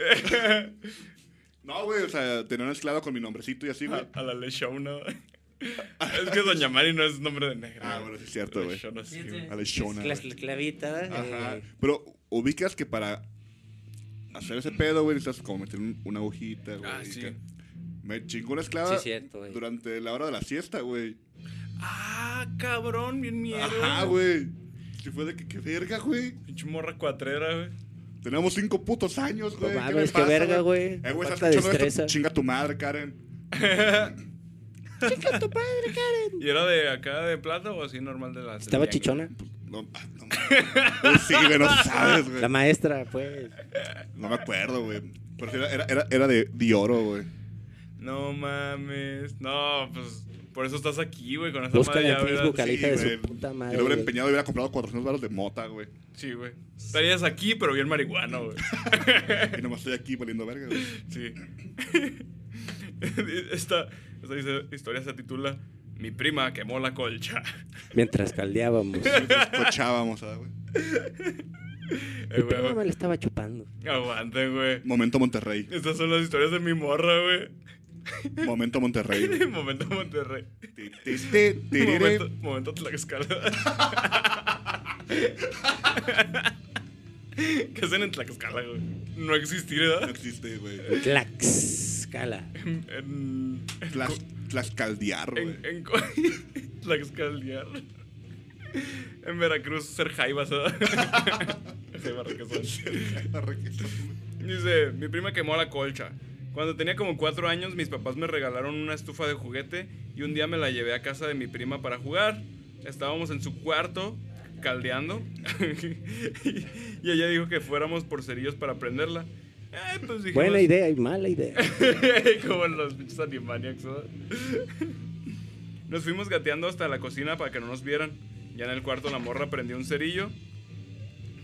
Speaker 1: No, güey, o sea, tenía una esclava con mi nombrecito y así, güey.
Speaker 2: A, a la Leshona, güey. Es que Doña Mari no es nombre de negra.
Speaker 1: Ah,
Speaker 2: güey.
Speaker 1: bueno, sí es cierto, güey.
Speaker 2: Leshona, sí, güey.
Speaker 1: A la Shona.
Speaker 4: La
Speaker 1: güey.
Speaker 4: esclavita,
Speaker 1: Ajá.
Speaker 4: eh,
Speaker 1: Pero ubicas que para hacer ese pedo, güey, necesitas como meter un- una agujita, güey.
Speaker 2: Ah,
Speaker 1: y
Speaker 2: sí.
Speaker 1: que- Me chingó una esclava
Speaker 4: Sí, cierto, güey.
Speaker 1: durante la hora de la siesta, güey.
Speaker 2: Ah, cabrón, bien miedo.
Speaker 1: Ajá, güey. Sí fue de que, qué verga, güey.
Speaker 2: Pinche morra cuatrera, güey.
Speaker 1: Tenemos cinco putos años, güey.
Speaker 4: No
Speaker 1: ¿Qué
Speaker 4: mames,
Speaker 1: me
Speaker 4: qué
Speaker 1: pasa,
Speaker 4: verga, güey.
Speaker 1: Eh, güey,
Speaker 4: Falta
Speaker 1: estás escuchando
Speaker 4: destreza.
Speaker 1: esto. Chinga tu madre, Karen.
Speaker 2: ¿Y era de acá de plata o así normal de la
Speaker 4: Estaba
Speaker 2: Sevillana?
Speaker 4: chichona.
Speaker 1: No, ah, no mames. Sí, güey, no sabes,
Speaker 4: La
Speaker 1: güey.
Speaker 4: maestra, pues.
Speaker 1: No me acuerdo, güey. Pero sí era, era, era, era de, de oro, güey.
Speaker 2: No mames. No, pues por eso estás aquí, güey, con esa
Speaker 4: Busca en
Speaker 2: madre
Speaker 4: el
Speaker 2: ya, ¿verdad?
Speaker 4: Facebook a la
Speaker 1: Sí,
Speaker 4: hija de
Speaker 1: güey.
Speaker 4: su puta madre.
Speaker 1: Yo lo hubiera
Speaker 4: güey.
Speaker 1: empeñado y hubiera comprado 400 baros de mota, güey.
Speaker 2: Sí, güey. Estarías aquí, pero bien marihuana, güey.
Speaker 1: Y nomás estoy aquí valiendo verga, güey.
Speaker 2: Sí. esta, esta dice- historia se titula Mi prima quemó la colcha.
Speaker 4: Mientras caldeábamos.
Speaker 1: Cochábamos, ¿sabes, güey?
Speaker 2: Eh,
Speaker 4: Mi prima me
Speaker 2: güey,
Speaker 4: la estaba chupando.
Speaker 2: aguante, güey.
Speaker 1: Momento Monterrey.
Speaker 2: Estas son las historias de mi morra, güey.
Speaker 1: Momento Monterrey. güey.
Speaker 2: Momento Monterrey.
Speaker 1: Ti, ti, ti, ti, ti, ti.
Speaker 2: Momento, momento Tlaxcala. ¿Qué hacen en Tlaxcala, güey? No existir,
Speaker 1: No
Speaker 2: ¿verdad?
Speaker 1: existe, güey.
Speaker 4: Tlaxcala.
Speaker 2: En, en,
Speaker 1: Tlas- Tlaxcaldear, güey.
Speaker 2: en, en co- Tlaxcaldear. En Veracruz, ser jaivas, ¿verdad? Jaiba Requesón. Dice, mi prima quemó la colcha. Cuando tenía como cuatro años, mis papás me regalaron una estufa de juguete y un día me la llevé a casa de mi prima para jugar. Estábamos en su cuarto caldeando y ella dijo que fuéramos por cerillos para prenderla. Eh, pues dijimos,
Speaker 4: Buena idea y mala idea.
Speaker 2: como en los pinches Animaniacs, ¿verdad? Nos fuimos gateando hasta la cocina para que no nos vieran. Ya en el cuarto la morra prendió un cerillo.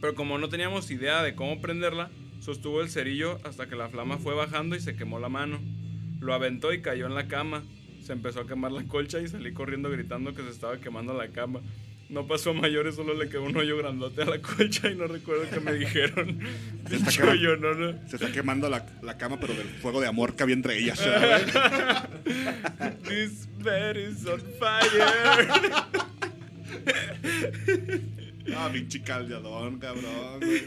Speaker 2: Pero como no teníamos idea de cómo prenderla, sostuvo el cerillo hasta que la flama fue bajando y se quemó la mano. Lo aventó y cayó en la cama. Se empezó a quemar la colcha y salí corriendo gritando que se estaba quemando la cama. No pasó a mayores, solo le quedó un hoyo grandote a la colcha y no recuerdo qué me dijeron. Pinche hoyo, no, no.
Speaker 1: Se está quemando la, la cama, pero del fuego de amor que había entre ellas, ¿sabes?
Speaker 2: This bed is on fire.
Speaker 1: Ah, pinche caldeadón, cabrón, güey.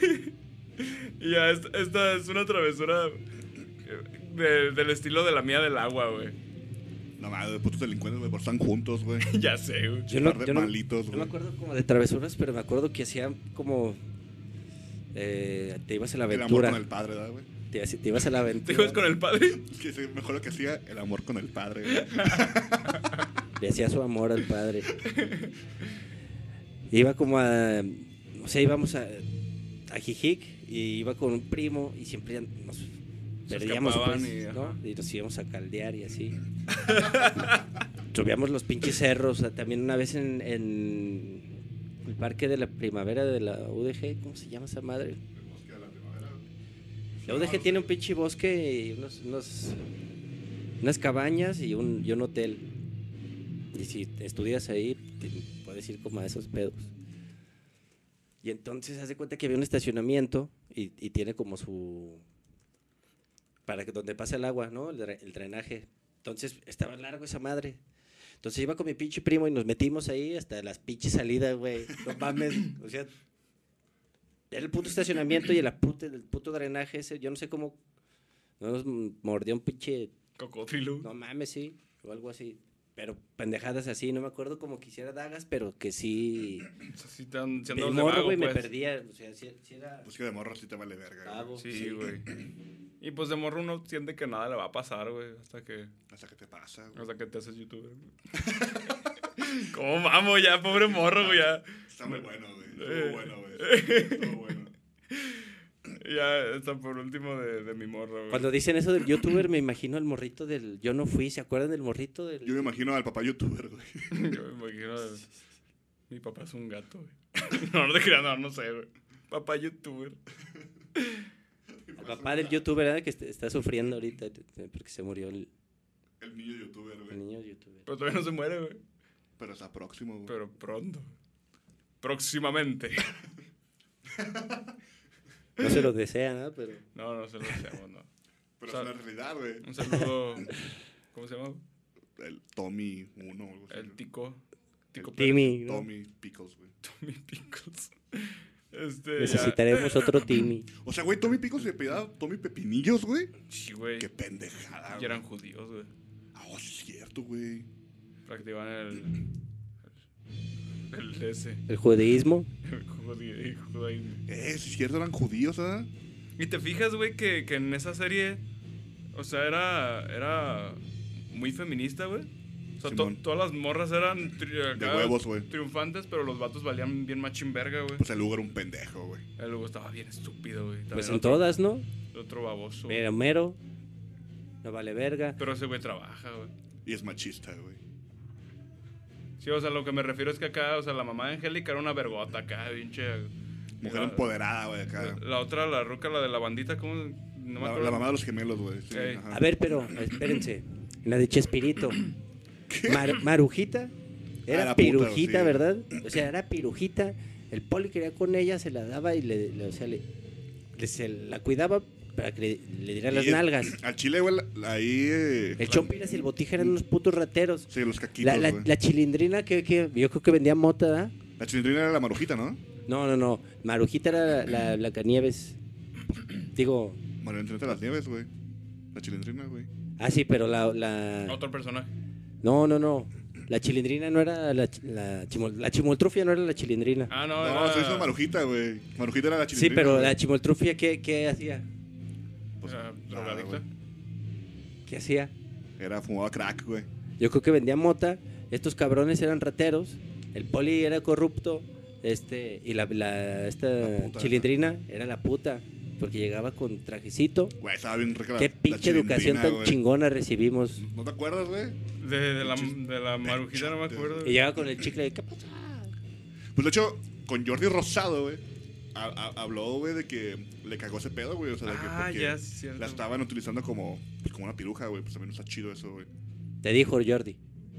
Speaker 2: y ya, es- esta, es una travesura de- del estilo de la mía del agua, güey.
Speaker 1: No mames, putos delincuentes, güey, por estar juntos, güey.
Speaker 2: Ya sé, güey.
Speaker 4: Yo no,
Speaker 1: Par de
Speaker 4: yo no-
Speaker 1: malitos,
Speaker 4: yo
Speaker 1: güey.
Speaker 4: me acuerdo como de travesuras, pero me acuerdo que hacían como. eh, te ibas a la
Speaker 1: El amor
Speaker 4: aventura.
Speaker 1: con el padre, ¿verdad, güey?
Speaker 4: Te, hace- te ibas a la
Speaker 2: ¿Te
Speaker 4: aventura.
Speaker 2: ibas con el padre?
Speaker 1: Es que sí, mejor lo que hacía, el amor con el padre, güey.
Speaker 4: Le hacía su amor al padre. Iba como a. O sea, íbamos a. A Jijic y iba con un primo y siempre nos perdíamos.
Speaker 2: escapaban
Speaker 4: pues,
Speaker 2: y,
Speaker 4: ¿no?
Speaker 2: ajá.
Speaker 4: y nos íbamos a caldear y así. Subíamos los pinches cerros. o sea, También una vez en, en el parque de la primavera de la UDG, ¿cómo se llama esa madre? La UDG tiene un pinche bosque y unos, unos- unas cabañas y un, y un hotel. Y si estudias ahí, te puedes ir como a esos pedos. Y entonces hace cuenta que había un estacionamiento y, y tiene como su... Para que donde pasa el agua, ¿no? El, dre- el drenaje. Entonces estaba largo esa madre. Entonces iba con mi pinche primo y nos metimos ahí hasta las pinches salidas, güey. No mames. O sea, era el puto estacionamiento y el, puto, el puto drenaje ese. Yo no sé cómo. No nos mordió un pinche.
Speaker 2: Cocodrilo.
Speaker 4: No mames, sí. O algo así. Pero pendejadas así. No me acuerdo como quisiera dagas, pero que sí.
Speaker 2: O sea, sí te dan- sí
Speaker 4: El
Speaker 2: andabas de
Speaker 4: morro,
Speaker 2: vago,
Speaker 4: güey, me
Speaker 2: pues.
Speaker 4: perdía. O sea, sí, sí era.
Speaker 2: Ah,
Speaker 1: Pues que de morro sí te vale verga, güey.
Speaker 4: vago,
Speaker 2: Sí, güey. Y Y pues de morro uno siente que nada le va a pasar, güey, hasta que,
Speaker 1: Hasta que te pasa, güey.
Speaker 2: hasta que te haces youtuber, güey. ¿Cómo vamos ya, pobre morro, güey? Ya,
Speaker 1: Está muy bueno,
Speaker 2: Eh.
Speaker 1: güey. Estuvo bueno, güey. Estuvo bueno.
Speaker 2: ya está por último de, de mi morro, güey.
Speaker 4: Cuando dicen eso del youtuber, me imagino al morrito del yo no fui. ¿Se acuerdan del morrito del.?
Speaker 1: Yo me imagino al papá youtuber, güey.
Speaker 2: Yo me imagino. Mi papá es un gato, güey. No, no te creas, no, no sé, güey. Papá youtuber.
Speaker 4: al papá del youtuber, ¿verdad? Que est- está sufriendo ahorita eh, t- t- porque se murió el,
Speaker 1: El niño youtuber,
Speaker 4: el
Speaker 1: güey.
Speaker 4: niño youtuber.
Speaker 2: Pero todavía no se muere, güey.
Speaker 1: Pero está próximo, güey.
Speaker 2: Pero pronto. Próximamente.
Speaker 4: No se lo desea, ¿no? Pero.
Speaker 2: No, no se lo deseamos, no.
Speaker 1: Pero
Speaker 2: Sal-
Speaker 1: es una realidad, güey.
Speaker 2: Un saludo. ¿Cómo se llama?
Speaker 1: El Tommy 1 o algo así.
Speaker 2: El Tico. Tico Pérez.
Speaker 4: Timmy. ¿no?
Speaker 1: Tommy Pickles, güey.
Speaker 2: Tommy Picos. Este.
Speaker 4: Necesitaremos otro Timmy.
Speaker 1: O sea, güey, Tommy Pickles se pedía Tommy Pepinillos, güey.
Speaker 2: ya. Sí, güey.
Speaker 1: Qué pendejada,
Speaker 2: Y
Speaker 1: güey.
Speaker 2: eran judíos, güey.
Speaker 1: Ah, oh, sí es cierto, güey.
Speaker 2: Practicaban el. El ese.
Speaker 4: El judaísmo. pues,
Speaker 2: El judi- judaísmo.
Speaker 1: Eh, sí es cierto, eran judíos, ¿ah?
Speaker 2: Y te fijas, güey, que, que en esa serie, o sea, era, era muy feminista, güey. O sea, to-
Speaker 1: Simón.
Speaker 2: todas las morras eran tri- acá
Speaker 1: huevos, güey.
Speaker 2: triunfantes, pero los vatos valían bien machín verga, güey.
Speaker 1: Pues el lugar era un pendejo, güey.
Speaker 2: El Hugo estaba bien estúpido, güey. También
Speaker 4: Pues
Speaker 2: era
Speaker 4: en
Speaker 2: otro,
Speaker 4: todas, ¿no?
Speaker 2: Otro baboso.
Speaker 4: Mira, mero. No vale verga.
Speaker 2: Pero ese güey trabaja, güey.
Speaker 1: Y es machista, güey.
Speaker 2: Sí, o sea, lo que me refiero es que acá, o sea, la mamá de Angélica era una vergota acá, pinche. eh,
Speaker 1: Mujer
Speaker 2: la,
Speaker 1: empoderada, güey, acá.
Speaker 2: La otra, la ruca, la de la bandita, ¿cómo? No me
Speaker 1: La,
Speaker 2: acuerdo.
Speaker 1: la mamá de los gemelos, güey. Sí,
Speaker 2: Ey.
Speaker 1: ajá.
Speaker 4: A ver, pero espérense. La de Chespirito. Mar- marujita.
Speaker 1: Ah,
Speaker 4: Era
Speaker 1: la puta,
Speaker 4: pirujita,
Speaker 1: sí.
Speaker 4: ¿verdad? O sea, era pirujita. El poli quería con ella, se la daba y le, le- o sea, le, le- se la cuidaba para que le, le diera las
Speaker 1: Y el-
Speaker 4: nalgas.
Speaker 1: Al chile, güey, la- ahí. eh,
Speaker 4: El Chompiras y el Botija eran unos putos rateros.
Speaker 1: Sí, los caquitos,
Speaker 4: La,
Speaker 1: güey.
Speaker 4: la-
Speaker 1: La,
Speaker 4: la chilindrina que, que yo creo que vendía mota, ¿verdad?
Speaker 1: chilindrina era la marujita, ¿no?
Speaker 4: No, no, no. Marujita era la, la Canieves. Digo,
Speaker 1: María Antonieta de las Nieves, güey. La chilindrina, güey.
Speaker 4: ah, sí, pero la, la-
Speaker 2: Otro personaje.
Speaker 4: No, no, no. La chilindrina no era la, ch- la, chimol- la chimoltrufia, no era la chilindrina.
Speaker 2: Ah, no,
Speaker 1: No,
Speaker 2: era-
Speaker 1: se hizo marujita, güey. Marujita era la
Speaker 4: sí,
Speaker 1: chilindrina.
Speaker 4: pero
Speaker 1: güey.
Speaker 4: la chimoltrufia, ¿qué, qué hacía?
Speaker 1: Pues,
Speaker 2: era
Speaker 1: nada,
Speaker 2: Ah, drogadicta.
Speaker 1: güey.
Speaker 4: ¿Qué hacía?
Speaker 1: Era fumaba crack, güey.
Speaker 4: Yo creo que vendía mota. Estos cabrones eran rateros. El poli era corrupto. Este, y la, la- esta
Speaker 1: La puta,
Speaker 4: chilindrina era la puta. Porque llegaba con trajecito.
Speaker 1: Güey, estaba bien rica la
Speaker 4: Qué
Speaker 1: la
Speaker 4: pinche educación
Speaker 1: chilindrina,
Speaker 4: tan
Speaker 1: güey.
Speaker 4: chingona recibimos.
Speaker 1: ¿No te acuerdas, güey?
Speaker 2: De, de la, de la marujita, no me acuerdo.
Speaker 4: Y llegaba con el chicle de, ¿qué pasa?
Speaker 1: Pues de hecho, con Jordi Rosado, güey, ha- ha- habló, güey, de que le cagó ese pedo, güey. O sea, de que
Speaker 2: Ah,
Speaker 1: porque
Speaker 2: ya, sí, cierto.
Speaker 1: la estaban utilizando como, pues, como una piruja, güey. Pues también no está chido eso, güey.
Speaker 4: Te dijo Jordi.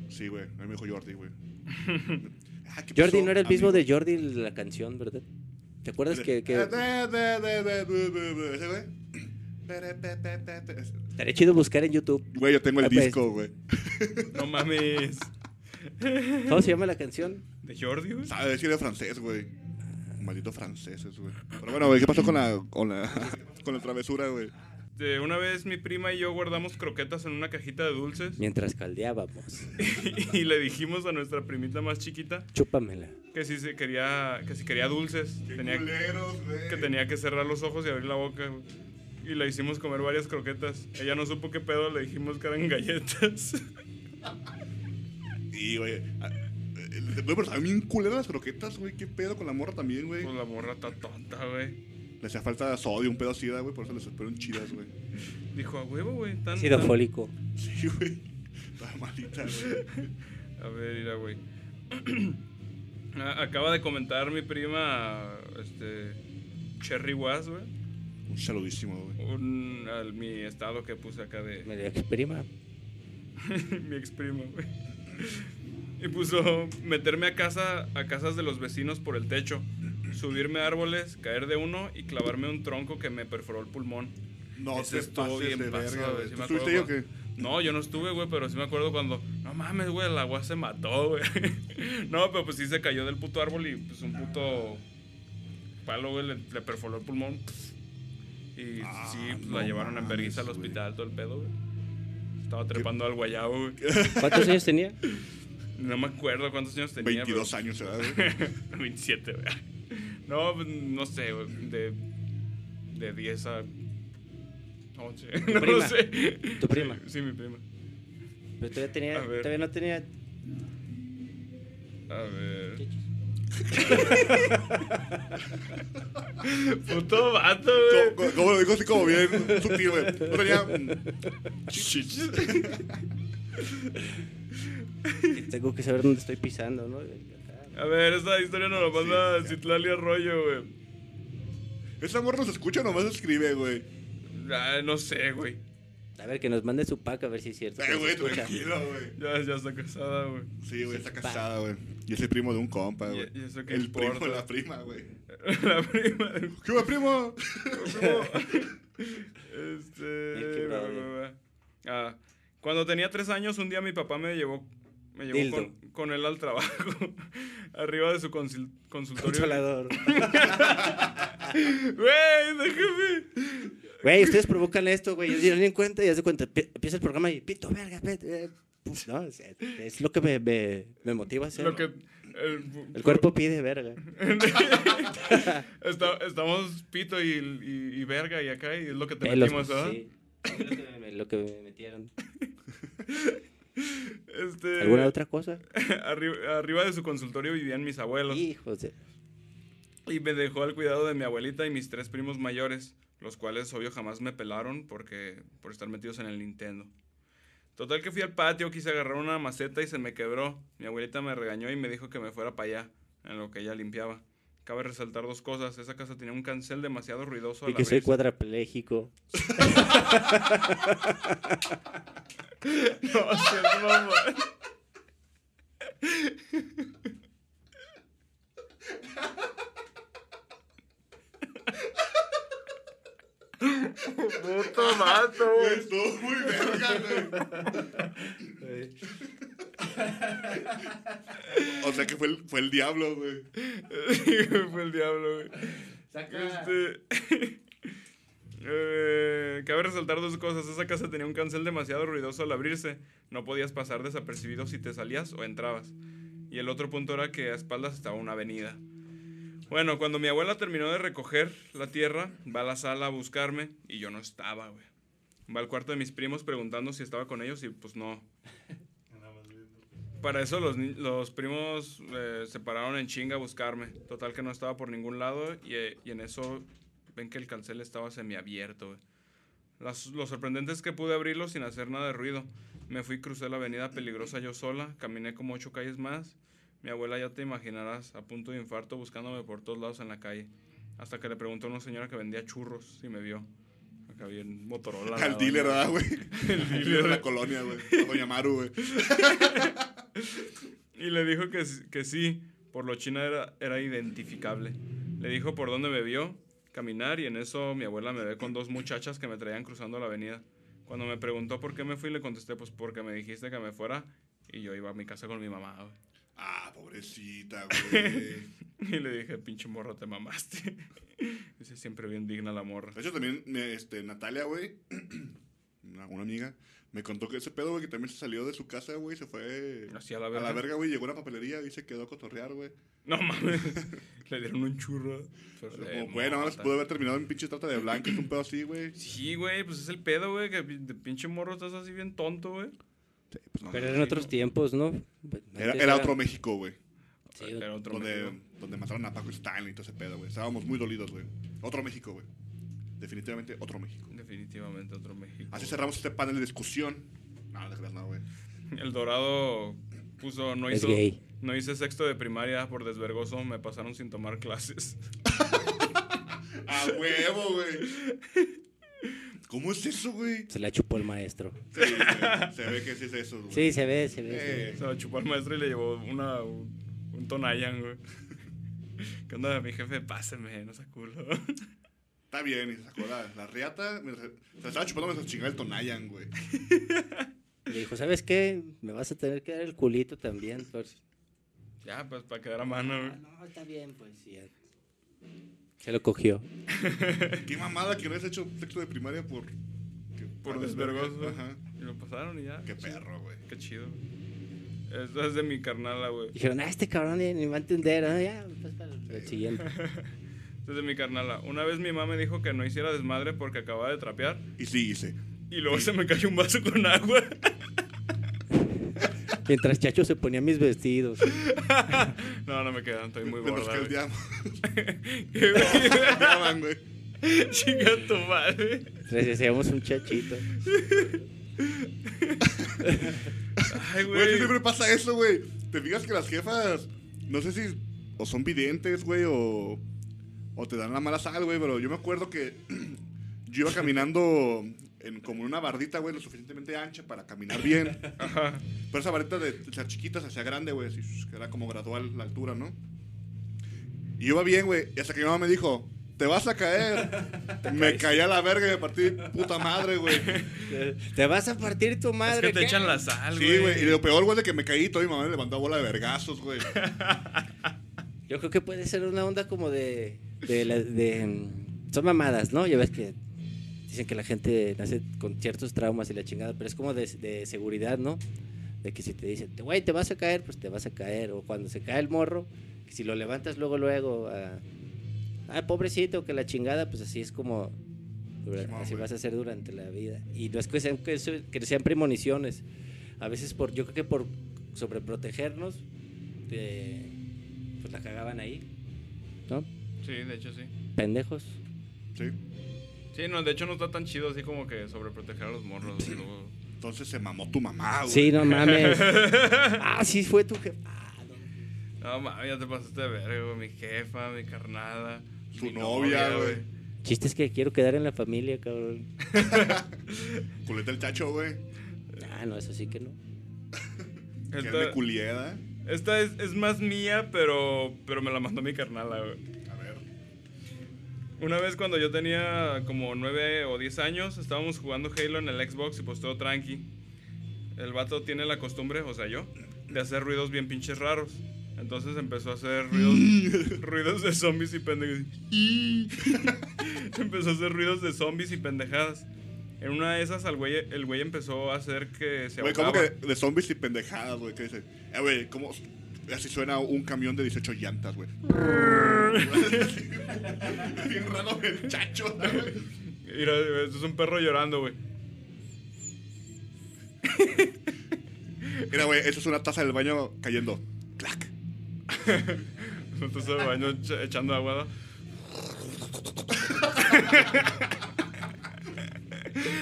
Speaker 1: Sí, güey. A mí me dijo Jordi, güey. Ah, ¿qué
Speaker 4: Jordi
Speaker 1: pasó,
Speaker 4: no era el mismo
Speaker 1: amigo? Eh,
Speaker 4: de Jordi la canción, ¿verdad? ¿Te acuerdas que, que-
Speaker 1: Da, da, da, da, bu, bu, bu, eh, Ese, güey. Da, da, da, da, da, da.
Speaker 4: estaría chido buscar en YouTube?
Speaker 1: Güey, yo tengo el
Speaker 4: Ah, pues.
Speaker 1: disco, güey.
Speaker 2: No mames.
Speaker 4: ¿Cómo se llama la canción?
Speaker 2: ¿De Jordi, güey?
Speaker 1: Sabe decir era francés, güey. Malditos franceses, güey. Pero bueno, güey, ¿qué pasó con la, con la, con la travesura, güey?
Speaker 2: De una vez mi prima y yo guardamos croquetas en una cajita de dulces
Speaker 4: Mientras caldeábamos.
Speaker 2: y le dijimos a nuestra primita más chiquita
Speaker 4: Chúpamela.
Speaker 2: que si se quería, que si quería dulces, tenía,
Speaker 1: culeros, güey.
Speaker 2: que tenía que cerrar los ojos y abrir la boca. güey. Y le hicimos comer varias croquetas. Ella no supo qué pedo, le dijimos que eran galletas.
Speaker 1: Y, güey. ah, eh, Güey, pero a mí culeras las croquetas, güey. ¿Qué pedo con la morra también, güey?
Speaker 2: Pues la morra está tonta, güey.
Speaker 1: Le hacía falta sodio, un pedo así, da, güey. Por eso les fueron chidas, güey.
Speaker 2: Dijo, a huevo, güey. Tan,
Speaker 4: Sido
Speaker 2: tan-
Speaker 4: fólico.
Speaker 1: Sí, güey. Estaba malita, güey.
Speaker 2: A ver, mira, güey. A- Acaba de comentar mi prima, este, Cherry Was, güey.
Speaker 1: Un saludísimo,
Speaker 2: Eh,
Speaker 1: güey.
Speaker 2: Un, al- mi estado que puse acá de
Speaker 4: Me lo exprima.
Speaker 2: mi ex primo, güey. Y puso meterme a casa, a casas de los vecinos por el techo, subirme a árboles, caer de uno y clavarme un tronco que me perforó el pulmón.
Speaker 1: No
Speaker 2: Ese
Speaker 1: te
Speaker 2: estuvo
Speaker 1: pases
Speaker 2: bien
Speaker 1: de verga,
Speaker 2: pasado,
Speaker 1: güey.
Speaker 2: sí
Speaker 1: ¿Tú
Speaker 2: me
Speaker 1: estuviste ahí o
Speaker 2: acuerdo
Speaker 1: qué?
Speaker 2: No, yo no estuve, güey, pero sí me acuerdo cuando, no mames, güey, el agua se mató, güey. no, pero pues sí se cayó del puto árbol y pues un puto palo, güey, le, le perforó el pulmón. Y
Speaker 1: Ah,
Speaker 2: sí, pues,
Speaker 1: no
Speaker 2: la llevaron en vergüenza al
Speaker 1: mames, güey.
Speaker 2: hospital, todo el pedo, güey. Estaba trepando al guayabo, güey.
Speaker 4: ¿Cuántos años tenía?
Speaker 2: No me acuerdo cuántos años tenía.
Speaker 1: 22 años, ¿verdad, güey?
Speaker 2: años. 27, güey. No, pues, no sé, güey. De, de 10 a No sé, no lo
Speaker 4: prima.
Speaker 2: sé.
Speaker 4: Tu prima.
Speaker 2: Sí, mi prima.
Speaker 4: Pero todavía, tenía,
Speaker 2: A ver.
Speaker 4: todavía no tenía.
Speaker 2: A ver. Puto vato,
Speaker 1: Co-
Speaker 2: güey.
Speaker 1: co- Como lo dijo así como bien sutil, güey. No tenía... mm,
Speaker 2: Chichis.
Speaker 4: Tengo que saber dónde estoy pisando, ¿no?
Speaker 2: A ver, esa historia nos la manda Citlali Arroyo, güey.
Speaker 1: Esa morra nos escucha, nomás escribe, güey.
Speaker 2: Ah, no sé, güey.
Speaker 4: A ver, que nos mande su pack a ver si es cierto. que
Speaker 1: Eh,
Speaker 4: nos
Speaker 1: güey,
Speaker 4: escucha.
Speaker 1: tranquilo, güey.
Speaker 2: Ya, ya está casada, güey.
Speaker 1: Sí, güey, está casada, güey. Y es el primo de un compa, Ah, güey.
Speaker 2: ¿Y- y eso qué
Speaker 1: El
Speaker 2: importa?
Speaker 1: primo de la prima, güey.
Speaker 2: La prima del
Speaker 1: ¿Qué hubo, primo?
Speaker 4: El
Speaker 2: Este.
Speaker 4: quebrado,
Speaker 2: va,
Speaker 4: ya.
Speaker 2: va, va. Ah, cuando tenía tres años, un día mi papá me llevó, me llevó
Speaker 4: Dildo.
Speaker 2: con, con él al trabajo, arriba de su consil- consultorio.
Speaker 4: Consolador.
Speaker 2: Güey, déjame.
Speaker 4: Güey, ustedes provocan esto, güey. Yo ni en cuenta y haz de cuenta. pi- Empieza el programa y pito, verga, pito. eh, puf, no, es, es lo que me, me, me motiva a hacer.
Speaker 2: Lo que. El,
Speaker 4: El cuerpo pide, verga.
Speaker 2: Esta- estamos pito y, y- y verga y acá, y es lo que te
Speaker 4: Pelos,
Speaker 2: metimos, ¿ah?
Speaker 4: sí. Lo que me- Lo que me metieron.
Speaker 2: Este,
Speaker 4: ¿Alguna otra cosa?
Speaker 2: arriba, arriba de su consultorio vivían mis abuelos.
Speaker 4: Hijos de...
Speaker 2: Y me dejó al cuidado de mi abuelita y mis tres primos mayores, los cuales obvio jamás me pelaron porque por estar metidos en el Nintendo. Total que fui al patio, quise agarrar una maceta y se me quebró. Mi abuelita me regañó y me dijo que me fuera para allá, en lo que ella limpiaba. Cabe resaltar dos cosas, esa casa tenía un cancel demasiado ruidoso al
Speaker 4: Y que soy
Speaker 2: abrirse.
Speaker 4: cuadrapléjico.
Speaker 2: No, seas mamón. Puto mato,
Speaker 1: Güey, Estuvo muy verga, güey. O sea que fue el, fue el diablo, güey.
Speaker 2: Fue el diablo, güey. Este. eh, cabe resaltar dos cosas. Esa casa tenía un cancel demasiado ruidoso al abrirse. No podías pasar desapercibido si te salías o entrabas. Y el otro punto era que a espaldas estaba una avenida. Bueno, cuando mi abuela terminó de recoger la tierra, va a la sala a buscarme y yo no estaba, güey. Va al cuarto de mis primos preguntando si estaba con ellos y pues no. Para eso los, ni- los primos eh, se pararon en chinga a buscarme. Total que no estaba por ningún lado y, eh, y en eso ven que el cancel estaba semiabierto. güey. Las- lo sorprendente es que pude abrirlo sin hacer nada de ruido. Me fui, crucé la avenida peligrosa yo sola, caminé como ocho calles más. Mi abuela ya te imaginarás, a punto de infarto buscándome por todos lados en la calle. Hasta que le preguntó a una señora que vendía churros y me vio. Acá bien Motorola. la
Speaker 1: Al dealer,
Speaker 2: doña.
Speaker 1: ¿verdad, güey? El dealer de la colonia, güey. A Doña Maru, güey.
Speaker 2: Y le dijo que, s- que sí, por lo china era, era identificable. Le dijo por dónde me vio caminar y en eso mi abuela me ve con dos muchachas que me traían cruzando la avenida. Cuando me preguntó por qué me fui, le contesté, pues porque me dijiste que me fuera y yo iba a mi casa con mi mamá. güey.
Speaker 1: Ah, pobrecita, güey.
Speaker 2: Y le dije, pinche morra, te mamaste. Dice, siempre bien digna la morra.
Speaker 1: De hecho, también me- este, Natalia, güey, una, una amiga, me contó que ese pedo, güey, que también se salió de su casa, güey, se fue
Speaker 2: Así a la verga.
Speaker 1: güey, llegó a una papelería y se quedó a cotorrear, güey.
Speaker 2: No mames. le dieron un churro. Pues, eh, Pero
Speaker 1: Pero
Speaker 2: se
Speaker 1: Como, güey, nada más
Speaker 2: mata.
Speaker 1: pudo haber terminado en pinche trata de blancas, un pedo así, güey.
Speaker 2: Sí, güey, pues es el pedo, güey, que pi- de pinche morro estás así bien tonto, güey.
Speaker 1: Sí, pues no.
Speaker 4: Pero eran otros tiempos, ¿no?
Speaker 1: Era, era otro México, güey,
Speaker 4: Sí,
Speaker 2: Era otro
Speaker 1: donde,
Speaker 2: México.
Speaker 1: donde mataron a Paco Stanley y todo ese pedo, güey. Estábamos muy dolidos, güey. Otro México, güey. Definitivamente otro México.
Speaker 2: Definitivamente otro México.
Speaker 1: Así cerramos este panel de discusión. No, no te creas, no, güey.
Speaker 2: El Dorado puso no
Speaker 4: Es
Speaker 2: hizo
Speaker 4: gay.
Speaker 2: no hice sexto de primaria por desvergoso, me pasaron sin tomar clases.
Speaker 1: ¡A huevo, güey! ¿Cómo es eso, güey?
Speaker 4: Se la chupó el maestro.
Speaker 1: Sí, güey, se ve que sí es eso, güey.
Speaker 4: Sí, se ve, se ve. se ve.
Speaker 1: Eh,
Speaker 2: Se la chupó al maestro y le llevó una un, un tonayan, güey. ¿Qué onda, mi jefe? Páseme, no se culo.
Speaker 1: está bien, y se sacó la, la riata. mientras- Se la estaba chupando mientras chingaba el Tonayan, güey.
Speaker 4: Le dijo, ¿sabes qué? Me vas a tener que dar el culito también. por si-".
Speaker 2: ya, pues para quedar a mano,
Speaker 4: Ah,
Speaker 2: güey.
Speaker 4: no, está bien, pues sí. ya. Se lo cogió.
Speaker 1: Qué mamada que no has hecho sexto de primaria por. que-
Speaker 2: Por
Speaker 1: para
Speaker 2: desvergoso.
Speaker 1: Ajá.
Speaker 2: Y lo pasaron y ya.
Speaker 1: Qué perro, güey.
Speaker 2: Qué chido. güey. Esto es de mi carnala, güey.
Speaker 4: ¿eh? Dijeron, ah, este cabrón ni ni va a entender. ah, ya, pues, para el siguiente.
Speaker 2: Desde mi carnala. Una vez mi mamá me dijo que no hiciera desmadre porque acababa de trapear
Speaker 1: Y sí, hice.
Speaker 2: y luego se me cayó un vaso con agua.
Speaker 4: Mientras Chacho se ponía mis vestidos.
Speaker 2: No, no me quedan, estoy muy
Speaker 1: Mientras
Speaker 2: gorda.
Speaker 1: que el
Speaker 2: güey.
Speaker 1: diablo.
Speaker 2: Qué güey.
Speaker 1: Llaman, güey.
Speaker 2: Chinga tu madre.
Speaker 4: Les deseamos un chachito.
Speaker 2: Ay,
Speaker 1: Güey, sí
Speaker 2: güey.
Speaker 1: siempre pasa eso, güey. Te fijas que las jefas, no sé si o son videntes, güey, o, o te dan la mala sal, güey, pero yo me acuerdo que yo iba caminando en como en una bardita, güey, lo suficientemente ancha para caminar bien.
Speaker 2: Ajá.
Speaker 1: Pero esa barrita de de las chiquitas hacia grande, güey, así, pues, que era como gradual la altura, ¿no? Y yo iba bien, güey, y hasta que mi mamá me dijo, te vas a caer. me caí a la verga y me partí de puta madre, güey.
Speaker 4: Te vas a partir tu
Speaker 2: Es
Speaker 4: madre.
Speaker 2: que te
Speaker 4: ¿qué?
Speaker 2: echan la sal, güey.
Speaker 1: Sí, güey, y lo peor, güey, de que me caí, toda mi mamá me levantó bola de vergazos, güey.
Speaker 4: Yo creo que puede ser una onda como de. de, la- de, mm, son mamadas, ¿no? Ya ves que dicen que la gente nace con ciertos traumas y la chingada, pero es como de, de seguridad, ¿no? De que si te dicen, "Te- güey, te vas a caer, pues te vas a caer. O cuando se cae el morro, que si lo levantas luego, luego, a, ay, pobrecito, que la chingada, pues así es como. dura-
Speaker 1: Simón,
Speaker 4: así
Speaker 1: güey.
Speaker 4: vas a hacer durante la vida. Y no es que sean, que se- que sean premoniciones. A veces, por, yo creo que por sobreprotegernos, eh, pues la cagaban ahí, ¿no?
Speaker 2: Sí, de hecho sí.
Speaker 4: Pendejos.
Speaker 1: Sí.
Speaker 2: Sí, no, de hecho no está tan chido así como que sobreproteger a los morros. luego.
Speaker 1: Entonces se mamó tu mamá, güey.
Speaker 4: Sí, no mames. ah, sí, fue tu jefe. Ah, no.
Speaker 2: No, mami, ya te pasaste de verga, güey. Mi jefa, mi carnada.
Speaker 1: Su
Speaker 2: mi
Speaker 1: novia, güey.
Speaker 4: Chiste es que quiero quedar en la familia, cabrón.
Speaker 1: Culeta el chacho, güey.
Speaker 4: Ah, no, eso sí que no.
Speaker 1: Que es
Speaker 2: Esta-
Speaker 1: de culieda.
Speaker 2: Esta es, es más mía, pero, pero me la mandó mi carnala, güey.
Speaker 1: A ver.
Speaker 2: Una vez cuando yo tenía como 9 o 10 años, estábamos jugando Halo en el Xbox y pues todo tranqui. El vato tiene la costumbre, o sea, yo, de hacer ruidos bien pinches raros. Entonces empezó a hacer ruidos, ruidos de zombies y pendejadas. empezó a hacer ruidos de zombies y pendejadas. En una de esas, al güey, el güey empezó a hacer que se
Speaker 1: Güey, como que
Speaker 2: ahogaba.
Speaker 1: de zombies y pendejadas, güey? Que dice, eh, güey, ¿cómo? Así suena un camión de 18 llantas, güey. Bien raro el chacho, güey.
Speaker 2: Mira, esto es un perro llorando, güey.
Speaker 1: Mira, güey, eso es una taza del baño cayendo. Clac.
Speaker 2: Entonces el baño echa- echando agua. ¿no?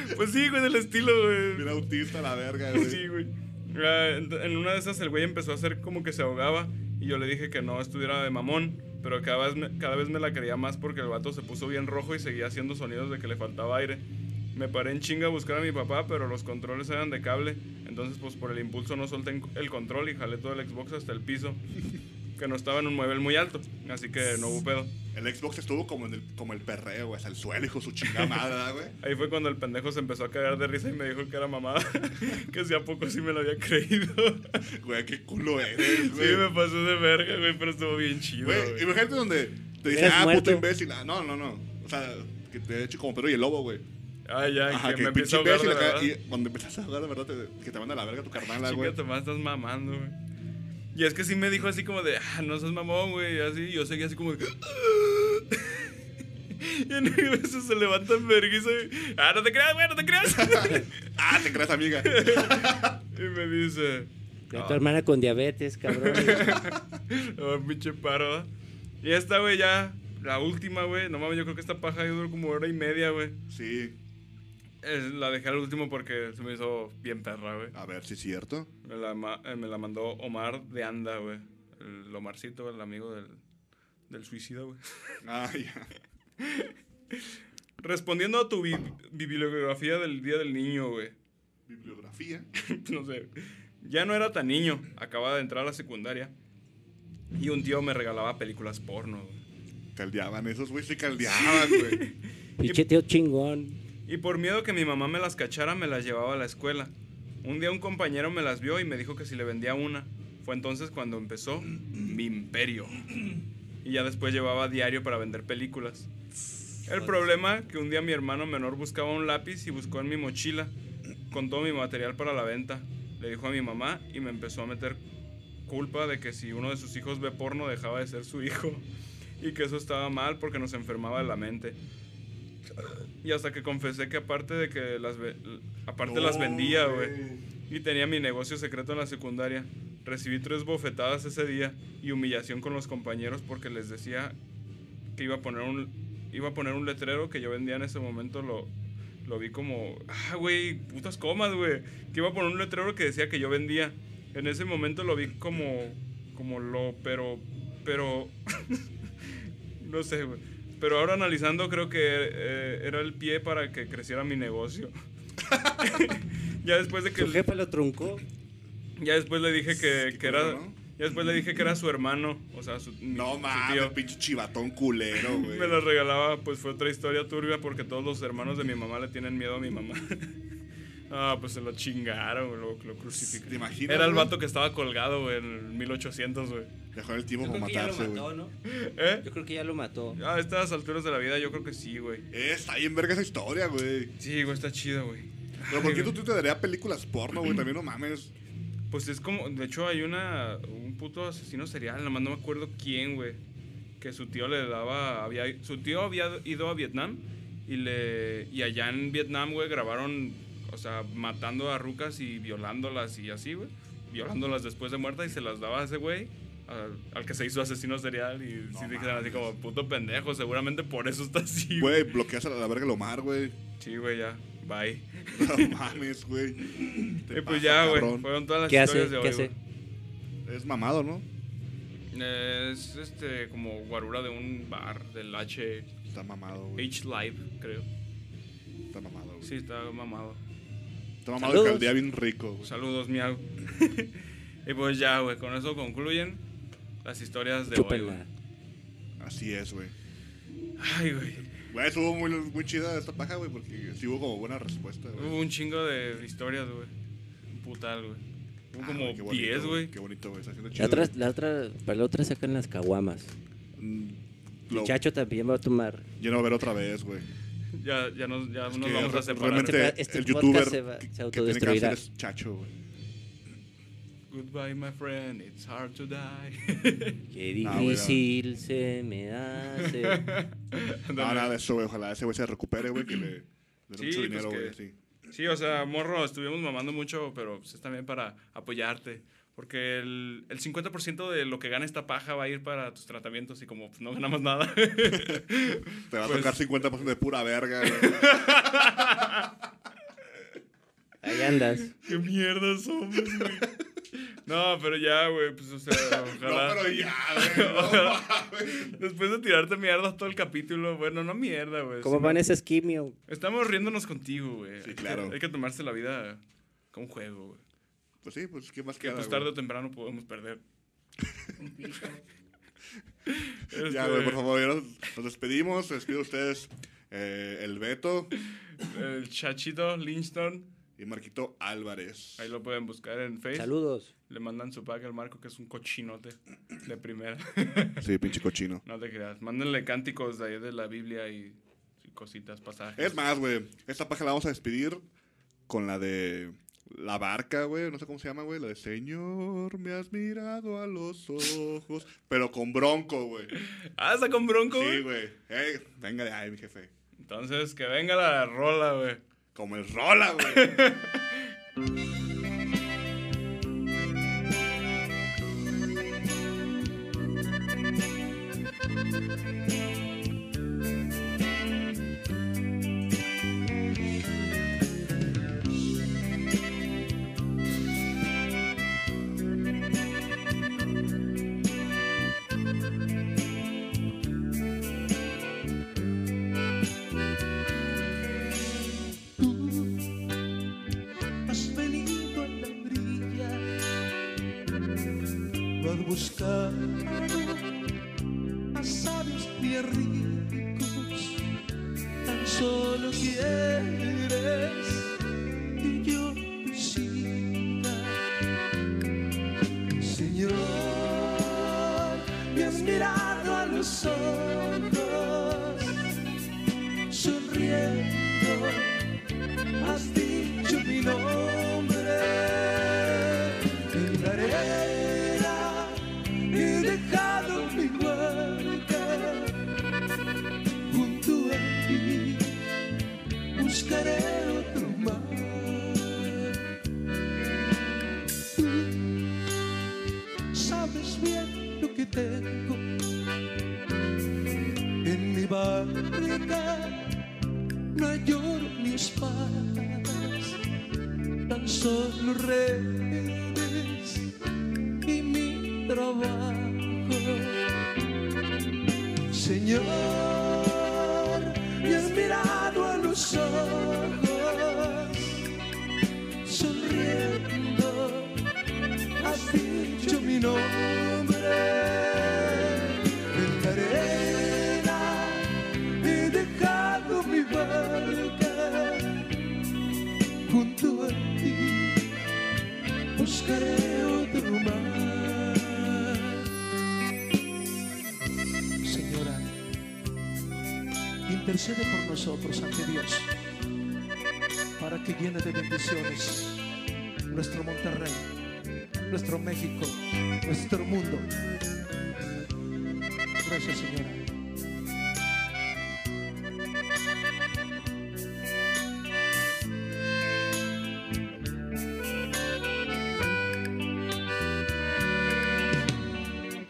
Speaker 2: pues sí, güey, del estilo,
Speaker 1: Bien
Speaker 2: güey.
Speaker 1: autista la verga, güey.
Speaker 2: Sí, güey. Ah, ent- En una de esas el güey empezó a hacer como que se ahogaba y yo le dije que no estuviera de mamón, pero cada vez, me, cada vez me la creía más porque el vato se puso bien rojo y seguía haciendo sonidos de que le faltaba aire. Me paré en chinga a buscar a mi papá, pero los controles eran de cable, entonces pues por el impulso no solté en- el control y jalé todo el Xbox hasta el piso, que no estaba en un mueble muy alto, así que no hubo pedo.
Speaker 1: El Xbox estuvo como, en el, como el perreo, güey. Hasta el suelo, hijo de su chingada madre, ¿verdad, güey.
Speaker 2: Ahí fue cuando el pendejo se empezó a cagar de risa y me dijo que era mamada, que si a poco sí me lo había creído.
Speaker 1: Güey, qué culo eres,
Speaker 2: Sí,
Speaker 1: güey.
Speaker 2: me pasó de verga, güey, pero estuvo bien chido.
Speaker 1: Güey,
Speaker 2: güey.
Speaker 1: imagínate donde te dicen,
Speaker 4: Eres
Speaker 1: ah,
Speaker 4: muerto".
Speaker 1: puto imbécil. Ah, no, no, no. O sea, que te eche como Pedro y el lobo, güey.
Speaker 2: Ah, ya,
Speaker 1: Ajá,
Speaker 2: que,
Speaker 1: que,
Speaker 2: me empezó
Speaker 1: pinche
Speaker 2: a ahogar
Speaker 1: imbécil
Speaker 2: de
Speaker 1: acá.
Speaker 2: verdad.
Speaker 1: Y cuando empiezas a jugar, de verdad, te- que te manda a la verga tu carnala, güey.
Speaker 2: Chica, Tomás, estás mamando, güey. Y es que sí me dijo así como de, ah, no seas mamón, güey, y así. y Yo seguía así como de... Y en eso se levanta en vergüenza y... Ah, no te creas, güey, no te creas.
Speaker 1: Ah, te creas, amiga.
Speaker 2: y me dice...
Speaker 4: De tu hermana con diabetes, cabrón.
Speaker 2: Oh, pinche paro. ¿va? Y esta, güey, ya. La última, güey. No mames, yo creo que esta paja yo duró como hora y media, güey.
Speaker 1: Sí,
Speaker 2: Es- La dejé al último porque se me hizo bien perra, güey.
Speaker 1: a ver si es cierto.
Speaker 2: Me la, ma- eh, me la mandó Omar de Anda, güey. El Omarcito, el amigo del, del suicida, güey.
Speaker 1: Ah, ya.
Speaker 2: Respondiendo a tu bi- bibliografía del Día del Niño, güey.
Speaker 1: Bibliografía.
Speaker 2: no sé. Ya no era tan niño. Acababa de entrar a la secundaria. Y un tío me regalaba películas porno, güey.
Speaker 1: Caldeaban esos, güey, sí caldeaban, güey.
Speaker 4: Pinche tío chingón.
Speaker 2: Y por miedo que mi mamá me las cachara, me las llevaba a la escuela. Un día un compañero me las vio y me dijo que si le vendía una. Fue entonces cuando empezó mi imperio. Y ya después llevaba diario para vender películas. El problema que un día mi hermano menor buscaba un lápiz y buscó en mi mochila con todo mi material para la venta. Le dijo a mi mamá y me empezó a meter culpa de que si uno de sus hijos ve porno dejaba de ser su hijo. y que eso estaba mal porque nos enfermaba de la mente. Y hasta que confesé que aparte de que las, ve- aparte las vendía, güey. Y tenía mi negocio secreto en la secundaria. Recibí tres bofetadas ese día y humillación con los compañeros porque les decía que iba a poner un, iba a poner un letrero que yo vendía en ese momento. Lo, lo vi como, ah, güey, putas comas, güey. Que iba a poner un letrero que decía que yo vendía. En ese momento lo vi como, como lo, pero, pero, no sé, güey. Pero ahora analizando creo que eh, era el pie para que creciera mi negocio. ya después de que...
Speaker 4: Su jefe lo truncó.
Speaker 2: Ya después le dije que,
Speaker 1: Qué
Speaker 2: que era.
Speaker 1: culero, ¿no?
Speaker 2: Ya después le dije que era su hermano. O sea, su, mi-
Speaker 1: No
Speaker 2: su
Speaker 1: mames,
Speaker 2: tío.
Speaker 1: pinche chivatón culero, güey.
Speaker 2: Me lo regalaba, pues fue otra historia turbia porque todos los hermanos de mi mamá le tienen miedo a mi mamá. ah, pues se lo chingaron, güey, lo, lo crucificaron.
Speaker 1: ¿Te imaginas,
Speaker 2: Era el
Speaker 1: güey?
Speaker 2: vato que estaba colgado, güey, en el 1800, güey.
Speaker 1: Dejó el tiempo
Speaker 4: Yo
Speaker 1: para
Speaker 4: creo que ya lo
Speaker 1: matarse,
Speaker 4: mató,
Speaker 1: güey.
Speaker 4: ¿no?
Speaker 2: ¿Eh? Ah,
Speaker 4: Yo creo que ya lo mató.
Speaker 2: A estas alturas de la vida, yo creo que sí, güey.
Speaker 1: Eh, Está bien verga esa historia, güey.
Speaker 2: Sí, güey, está chido, güey.
Speaker 1: Pero ¿por qué tú, tú te darías películas porno, güey? También no mames.
Speaker 2: Pues es como, de hecho hay una, un puto asesino serial, nada más no me acuerdo quién, güey, que su tío le daba, había, su tío había ido a Vietnam y le, y allá en Vietnam, güey, grabaron, o sea, matando a rucas y violándolas y así, güey, violándolas después de muerta y se las daba a ese güey, al, al que se hizo asesino serial y sí dijeron así como, puto pendejo, seguramente por eso está así, güey.
Speaker 1: Güey, bloqueas a la verga el Omar, güey.
Speaker 2: Sí, güey, ya, bye.
Speaker 1: No mames, güey. Te
Speaker 2: Y pues
Speaker 1: pasa,
Speaker 2: ya, güey,
Speaker 1: cabrón.
Speaker 2: fueron todas las
Speaker 4: ¿Qué hace?
Speaker 2: historias de hoy,
Speaker 4: ¿Qué hace?
Speaker 2: güey.
Speaker 1: Es mamado, ¿no?
Speaker 2: Es este como guarura de un bar del H
Speaker 1: Está mamado, güey.
Speaker 2: H Live, creo.
Speaker 1: Está mamado, güey.
Speaker 2: Sí, está mamado.
Speaker 1: Está mamado
Speaker 4: Saludos.
Speaker 1: el caldea bien rico, güey.
Speaker 2: Saludos, miau. y pues ya, güey, con eso concluyen las historias de hoy.
Speaker 4: Chúpenla.
Speaker 2: güey.
Speaker 1: Así es, güey.
Speaker 2: Ay, güey.
Speaker 1: Güey, estuvo muy, muy chida esta paja, güey, porque sí hubo como buena respuesta, güey.
Speaker 2: Hubo un chingo de historias, güey. Un putal, güey. Hubo
Speaker 1: Ah,
Speaker 2: como
Speaker 1: qué bonito,
Speaker 2: 10, güey.
Speaker 1: Qué bonito, güey. Está haciendo
Speaker 4: La
Speaker 1: chido.
Speaker 4: otra, la otra, para la otra sacan las caguamas.
Speaker 1: Mm, lo-
Speaker 4: Chacho también va a tomar.
Speaker 1: Ya no va a ver otra vez, güey.
Speaker 2: Ya, ya nos, ya
Speaker 1: Es
Speaker 2: nos
Speaker 1: que
Speaker 2: vamos a
Speaker 1: re-
Speaker 2: separar.
Speaker 1: Realmente
Speaker 4: Este- este
Speaker 1: el
Speaker 4: podcast
Speaker 1: youtuber
Speaker 4: se va-
Speaker 1: que- que
Speaker 4: se
Speaker 1: tiene
Speaker 4: autodestruirá.
Speaker 1: cáncer es Chacho, güey.
Speaker 2: Goodbye, my friend. It's hard to die.
Speaker 4: Qué
Speaker 1: Ah, güey,
Speaker 4: difícil se me hace.
Speaker 1: No, nada de eso, güey. Ojalá ese güey se recupere, güey, que le den
Speaker 2: Sí,
Speaker 1: mucho
Speaker 2: pues
Speaker 1: dinero,
Speaker 2: que-
Speaker 1: güey. así.
Speaker 2: Sí, o sea, morro, estuvimos mamando mucho, pero pues, es también para apoyarte. Porque el, el 50% de lo que gana esta paja va a ir para tus tratamientos y como pues, no ganamos nada.
Speaker 1: Te va a
Speaker 2: Pues-
Speaker 1: tocar 50% de pura verga, güey.
Speaker 4: Ahí andas.
Speaker 2: ¡Qué mierda somos, güey! No, pero ya, güey, pues o sea, ojalá.
Speaker 1: No, pero ya, güey. no mames.
Speaker 2: Después de tirarte mierda todo el capítulo, bueno, no mierda, güey.
Speaker 4: ¿Cómo
Speaker 2: sino-
Speaker 4: van esas quimio?
Speaker 2: Estamos riéndonos contigo, güey.
Speaker 1: Sí,
Speaker 2: Hay que-
Speaker 1: claro.
Speaker 2: Hay que tomarse la vida como un juego, güey.
Speaker 1: Pues sí, pues qué más
Speaker 2: Que
Speaker 1: queda,
Speaker 2: pues
Speaker 1: güey?
Speaker 2: tarde o temprano podemos perder.
Speaker 1: Ya,
Speaker 2: Este,
Speaker 1: güey, por favor, ya nos, nos despedimos. Se despide ustedes eh, el Beto
Speaker 2: El Chachito Lynchton,
Speaker 1: y Marquito Álvarez.
Speaker 2: ahí lo pueden buscar en Facebook.
Speaker 4: Saludos.
Speaker 2: Le mandan su pack al Marco, que es un cochinote de primera.
Speaker 1: Sí, pinche cochino.
Speaker 2: no te creas. Mándenle cánticos de ahí de la Biblia y, y cositas, pasajes.
Speaker 1: Es más, güey, esta paja la vamos a despedir con la de la barca, güey, no sé cómo se llama, güey, la de Señor, me has mirado a los ojos, pero con bronco, güey.
Speaker 2: Ah, está con Bronco,
Speaker 1: Sí,
Speaker 2: güey.
Speaker 1: güey. Eh, venga de ahí, mi jefe.
Speaker 2: Entonces, que venga la rola, güey.
Speaker 1: Como el rola, güey.
Speaker 5: has venido a la orilla para buscar a sabios ni a ricos. Tan solo quieres que yo te siga. Señor, me has mirado a los ojos, sonriendo has dicho mi nombre en la arena he dejado mi huella soledad no lloro ni espadas, tan solo redes y mi trabajo. Señor, me has mirado a los ojos, sonriendo, has dicho mi nombre. En la arena he dejado mi barca junto a ti. Buscaré otro mar. Señora, intercede por nosotros ante Dios para que llene de bendiciones nuestro Monterrey, nuestro México, nuestro mundo. Gracias, Señora.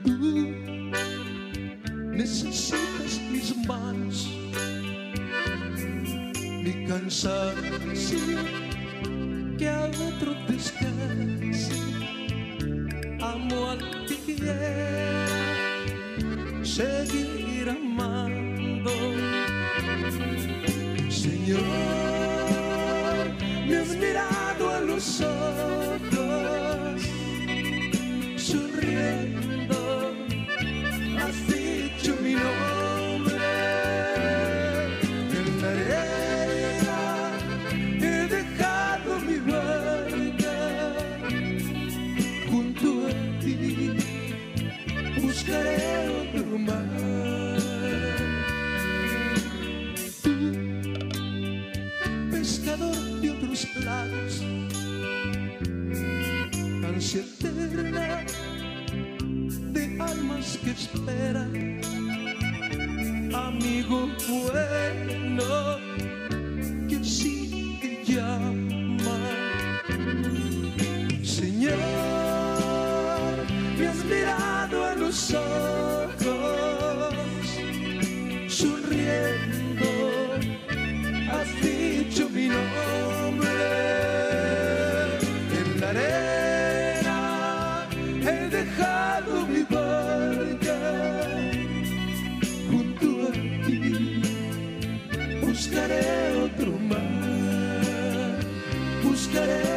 Speaker 5: Tú necesitas mis manos, mi cansancio, que a otro descanse. Amo al día, seguir amando, Señor, me has mirado a los ojos, sonriendo has dicho mi nombre. En la arena he dejado mi barca junto a ti. Buscaré otro mar. Tú, pescador de otros lados, ansia eterna de almas que esperan. Amigo bueno, que sigue y llama. Señor, me has mirado a los ojos, sonriendo, has dicho mi nombre. En la arena he dejado mi barca junto a ti. Buscaré otro mar, buscaré